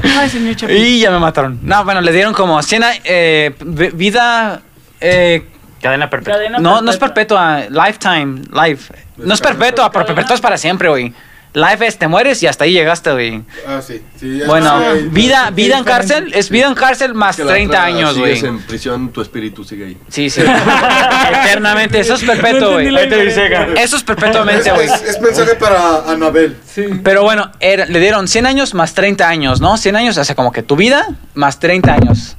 Ay, señor Chapito. Pues. y ya me mataron. No, bueno, le dieron como 100 a- eh, vi- vida. Eh, Cadena perpetua. Cadena no, no es perpetua, lifetime, life. No es perpetua, pero perpetua es para siempre, güey. Life es te mueres y hasta ahí llegaste, güey. Ah, sí. sí ya Bueno, está, ahí. vida, vida en cárcel es vida en cárcel más Que la 30 otra años, güey. Sigues en prisión, tu espíritu sigue ahí. Sí, sí. Eternamente, eso es perpetuo, No güey. entendí la diferencia. Eso es Es, perpetuamente, güey. es- es mensaje para Anabel. Sí. Pero bueno, era- le dieron 100 años más 30 años, ¿no? 100 años hace como que tu vida más 30 años.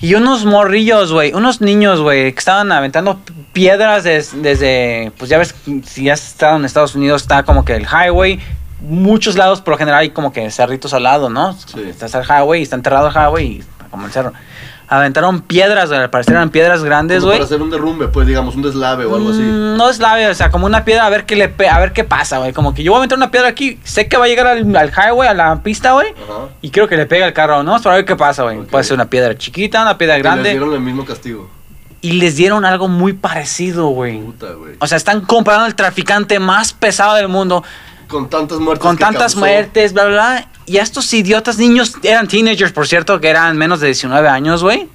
Y unos morrillos, güey, unos niños, güey, que estaban aventando p- piedras des- desde, pues ya ves, si ya has estado en Estados Unidos, está como que el highway, muchos lados, por lo general hay como que cerritos al lado, ¿no? Sí. Está el highway, está enterrado el highway, y como el cerro. Aventaron piedras, güey, al parecer eran piedras grandes, Como güey. Para hacer un derrumbe, pues digamos, un deslave o algo así. Mm, No es lave, o sea, como una piedra a ver qué le pe- a ver qué pasa, güey. Como que yo voy a meter una piedra aquí, sé que va a llegar al, al highway, a la pista, güey. Ajá. Y creo que le pega al carro, ¿no? Para ver qué pasa, güey. Ok. Puede ser una piedra chiquita, una piedra Y Les grande. dieron el mismo castigo. Y les dieron algo muy parecido, güey. Puta, güey. O sea, están comprando al traficante más pesado del mundo, Con tantas muertes. con que tantas causó. muertes, bla, bla, bla. Y a estos idiotas niños, eran teenagers, por cierto, que eran menos de 19 años, güey.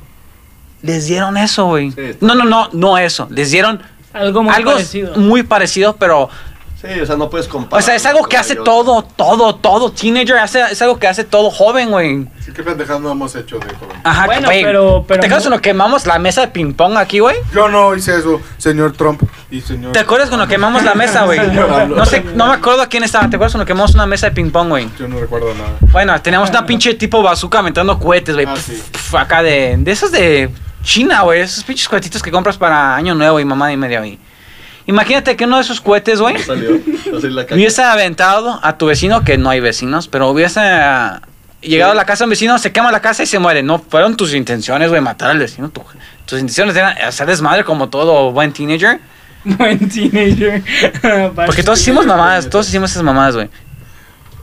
Les dieron eso, güey. Sí, está no, no, no, no eso. Les dieron Algo muy algo parecido. muy parecido, pero Sí, o sea, no puedes comparar. O sea, es algo una que con hace la otra. todo, todo, todo teenager. Hace, es algo que hace todo joven, güey. Sí, qué pendejadas no hemos hecho de joven. Ajá, Bueno, güey. pero- pero ¿Te acuerdas no- cuando quemamos la mesa de ping-pong aquí, güey? Yo no hice eso, señor Trump y señor. ¿Te acuerdas cuando quemamos la mesa, güey? No sé, no me acuerdo quién estaba. ¿Te acuerdas cuando quemamos una mesa de ping-pong, güey? Yo no recuerdo nada. Bueno, teníamos una pinche tipo bazooka aventando cohetes, güey. Ah, Pf, sí. pf, acá de. De esos de China, güey. Esos pinches cohetitos que compras para Año Nuevo y mamá y media, güey. Imagínate que uno de esos cohetes, güey. Salió. Así la caca. Hubiese aventado a tu vecino, que no hay vecinos, pero hubiese ah, llegado a la casa de un vecino, se quema la casa y se muere. No fueron tus intenciones, güey, matar al vecino. tu- tus intenciones eran hacer desmadre como todo buen teenager. Buen teenager. Porque todos hicimos mamadas, todos hicimos esas mamadas, güey.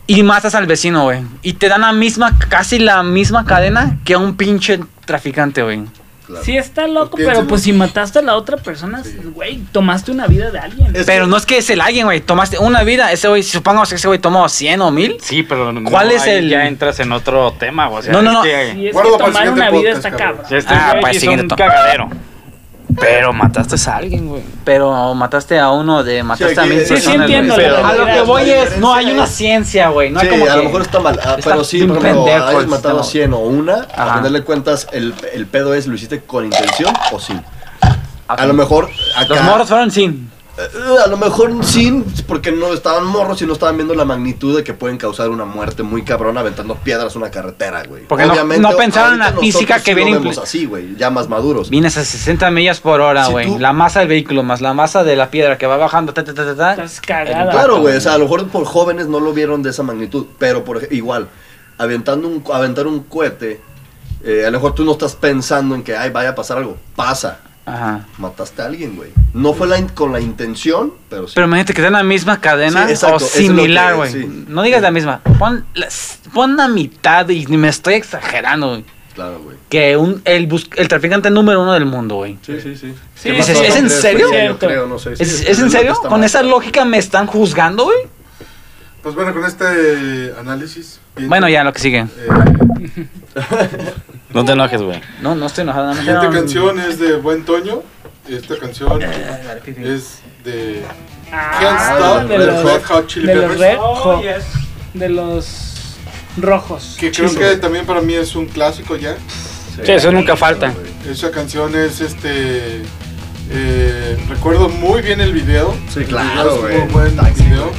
Y matas al vecino, güey. Y te dan la misma, casi la misma cadena que a un pinche traficante, güey. Claro. Sí está loco, Pues pero piénsalo. pues si mataste a la otra persona, güey, tomaste una vida de alguien. Es- Pero no es que es el alguien, güey. Tomaste una vida. Ese güey, supongamos que ese güey tomó 100 o 1000. Sí, pero no, ¿Cuál es ahí el- Ya entras en otro tema, güey. o sea, No, no, no. este- Sí, es que Guárdalo para el tomar siguiente una vida podcast, está cabrón. cabra. Este Ah, güey para el hizo siguiente un to- cagadero. Pero mataste a alguien, güey. Pero mataste a uno de mataste a aquí- mil sí, sí personas, güey. entiendo la a lo realidad. que voy La es, no hay diferencia una es- ciencia, güey. No hay sí, como a que- lo mejor está mal, ah, está pero sí, bien por ejemplo, pendejo hayas el matado sistema. 100 o una, Ajá. a final de cuentas, el, el pedo es, ¿lo hiciste con intención o sí? Ok. A lo mejor acá... Los moros fueron sin. Eh, A lo mejor sí, porque no estaban morros y no estaban viendo la magnitud de que pueden causar una muerte muy cabrona aventando piedras a una carretera, güey. Porque no- no pensaron en la ahorita física nosotros que sí viene lo vemos inclu- así, güey, ya más maduros. Vienes a 60 millas por hora, Si güey. tú- La masa del vehículo más la masa de la piedra que va bajando. ta, ta, ta, ta, ta. Estás cagada. Claro, güey, o sea, a lo mejor por jóvenes no lo vieron de esa magnitud, pero por ej- igual, aventando un, aventar un cohete, eh, a lo mejor tú no estás pensando en que, ay, vaya a pasar algo, pasa, Ajá. mataste a alguien, güey. No fue la in- con la intención, pero sí. Pero imagínate que sea la misma cadena Sí, o exacto, eso es lo que- similar, güey. sí. No digas la misma. Pon la, pon la mitad y me estoy exagerando, güey. claro, güey. Que un, el, bus- el traficante número uno del mundo, güey. Sí, sí, sí. Sí, dices, sí, ¿es en sí, serio? sí, Yo cierto. creo, no sé. sí, ¿Es, sí, es en realmente serio? está ¿Con mal. esa lógica me están juzgando, güey? Pues bueno, con este análisis. bien- Bueno, ya, lo que sigue. Eh, No te enojes, güey. No, no estoy la enojada. nada más siguiente era un- canción es de Buen Toño. Esta canción es de Can't Ah, Stop de de los Red los, Hot Chili de los Peppers. red Oh, hot, de los rojos. Que creo que también para mí es un clásico ya. Sí, eso nunca falta. Esa canción es este. eh, recuerdo muy bien el video. Sí, El claro, video es muy güey. buen Taxi, video.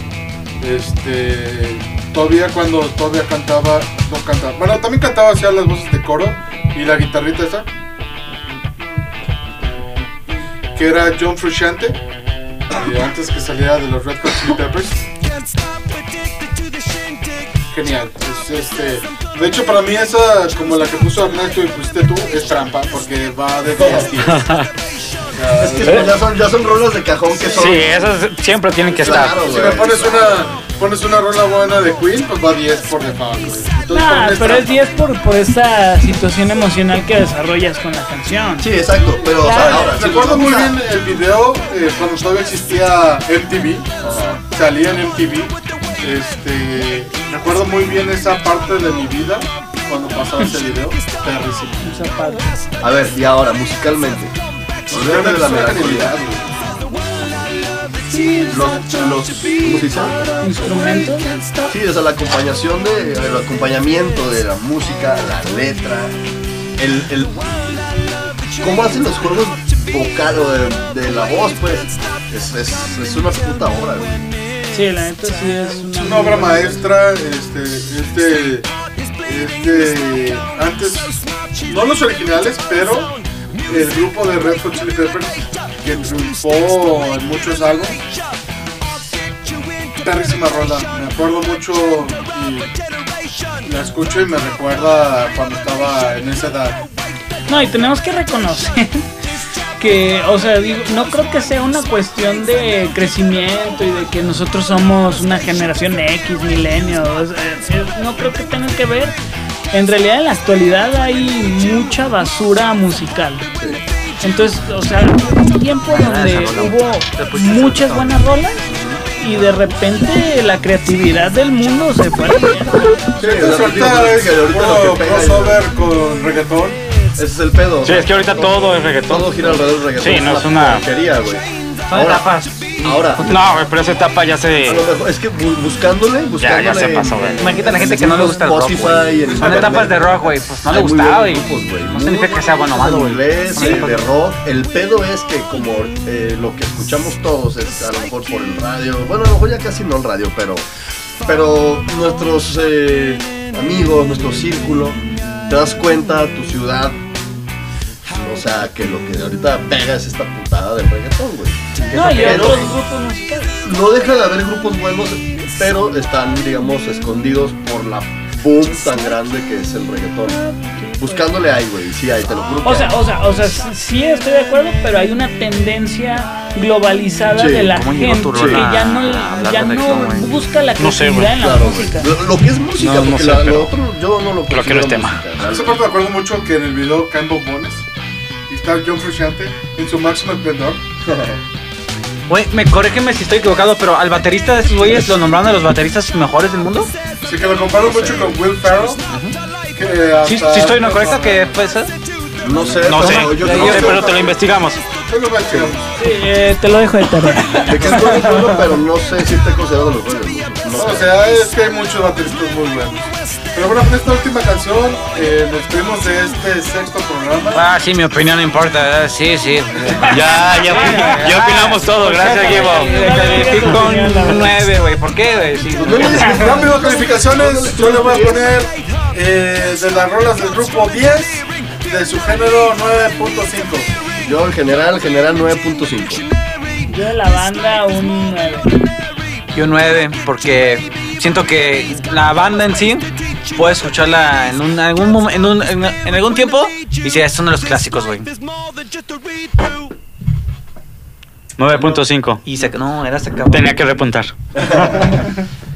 Este. Todavía cuando todavía cantaba, no cantaba. Bueno, también cantaba hacia las voces de coro y la guitarrita esa. Que era John Frusciante. eh, antes que saliera de los Red Hot Chili Peppers. Genial. Es, este, de hecho, para mí esa, como la que puso Ernesto y pusiste tú, es trampa, porque va de todas Es que ya son, ya son rolas de cajón que son. Sí, esas siempre tienen que estar. Claro, Si me güey. pones una, pones una rola buena de Queen, pues va 10 por default. güey. Entonces, para Nah, mí es Ah, pero es trampa. 10 por, por esa situación emocional que desarrollas con la canción. Sí, exacto, pero Ah, o sea, ahora. sí, Recuerdo vamos muy a- bien el video eh, cuando todavía existía MTV, salía en MTV. Este, recuerdo muy bien esa parte de mi vida cuando pasaba ese video. Terrísimo. Un zapato. A ver, y ahora, musicalmente. Volverme de la Es una genialidad, melancolía. güey. Los, los, ¿cómo se dice? Instrumentos. Sí, o sea, la acompañación de, el acompañamiento de la música, la letra, el, el cómo hacen los juegos vocal o de, de la voz, pues, es, es, es una puta obra, güey. Sí, la neta sí es Es una, una obra maestra, este, este, este, antes, no los originales, pero el grupo de Red Hot Chili Peppers que triunfó en muchos álbumes. Perrísima rola, me acuerdo mucho y la escucho y me recuerda cuando estaba en esa edad. No, y tenemos que reconocer que, o sea, digo, no creo que sea una cuestión de crecimiento y de que nosotros somos una generación X, millennials. eh, eh, No creo que tenga que ver. En realidad, en la actualidad hay mucha basura musical. Entonces, o sea, hubo un tiempo donde hubo muchas buenas rolas y de repente la creatividad del mundo se fue a la mierda. Sí, Entonces, ahorita es puro lo que pega es- crossover con reggaetón. Ese es el pedo. o Sí, sea, es que ahorita todo es reggaetón. todo gira alrededor del reggaetón. Sí, no, es una- porquería, güey. Son Ahora, etapas. ahora, No, güey, pero esa etapa ya a se. lo mejor- es que bu- buscándole, Ya, buscándole. ya se pasó, en- güey. Imagínate a la gente que no le gusta el rock, Spotify, güey. en Son etapas internet. de rock, güey. Pues no le Hay muy gustaba, güey. buenos grupos, güey. No Muy significa que sea bueno o buenos malo, güey. grupos de inglés, Sí. eh, de rock. El pedo es que como eh, lo que escuchamos todos es a lo mejor por el radio. Bueno, a lo mejor ya casi no el radio, pero pero nuestros eh, amigos, nuestro círculo, te das cuenta tu ciudad. O sea, que lo que ahorita pega es esta putada del reggaetón, güey. No, y Pero- otros grupos musicales. no deja de haber grupos buenos, pero están, digamos, escondidos por la boom tan grande que es el reggaetón. Buscándole hay, güey, sí hay, te lo juro. que O sea, hay. o sea, o sea, sí- sí estoy de acuerdo, pero hay una tendencia globalizada Sí, de la ¿cómo gente llegó tu rola que ya no, a hablar ya de no reggaetón, güey? busca la No sé, creatividad güey. en la claro, güey. música. Lo, lo que es música, No, no porque sé, la- lo pero- otro yo no lo Pero que no es tema. En esa parte me acuerdo mucho que en el video caen bombones y está John Frusciante en su máximo esplendor. Güey, me corrígeme si estoy equivocado, pero al baterista de esos güeyes lo nombraron de los bateristas mejores del mundo. Así que lo comparo mucho con Will Ferrell. que Sí, hasta- sí estoy en lo correcto que pues, eh, No sé, No sé, pero yo Ya, creo ya, que- pero te lo investigamos. Yo lo voy a checar. Sí, eh, te lo dejo de tarea. de que es bueno, bueno, pero no sé si está considerado los buenos. No, No, sé. o sea, es que hay muchos bateristas muy buenos. Pero bueno, con esta última canción eh, nos despedimos de este sexto programa. Ah, sí, mi opinión no importa. Ah, Sí, sí. Ya, ya, ya opinamos calificamos todo, gracias, Gibbo. Le califico un 9, güey. ¿Por qué, güey? Sí. Yo le dame dos calificaciones, yo le voy a poner eh, de las rolas del grupo 10, de su género 9.5. Yo en general, en general 9.5. Yo de la banda un 9. Yo 9, porque siento que la banda en sí puedes escucharla en, un, algún, mom- en, un, en, en algún tiempo y sí, es uno de los clásicos, güey. 9.5. Y se, no, era se acabó. Tenía que repuntar.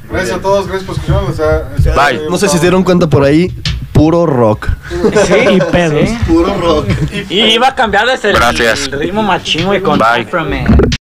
Gracias a todos, gracias por escucharnos. o sea, espero que les haya No sé si se gustado. dieron cuenta por ahí, puro rock. y pedos. Puro rock. Y iba a cambiar desde el, Gracias. el ritmo machín, güey, con Bye. Afro Man.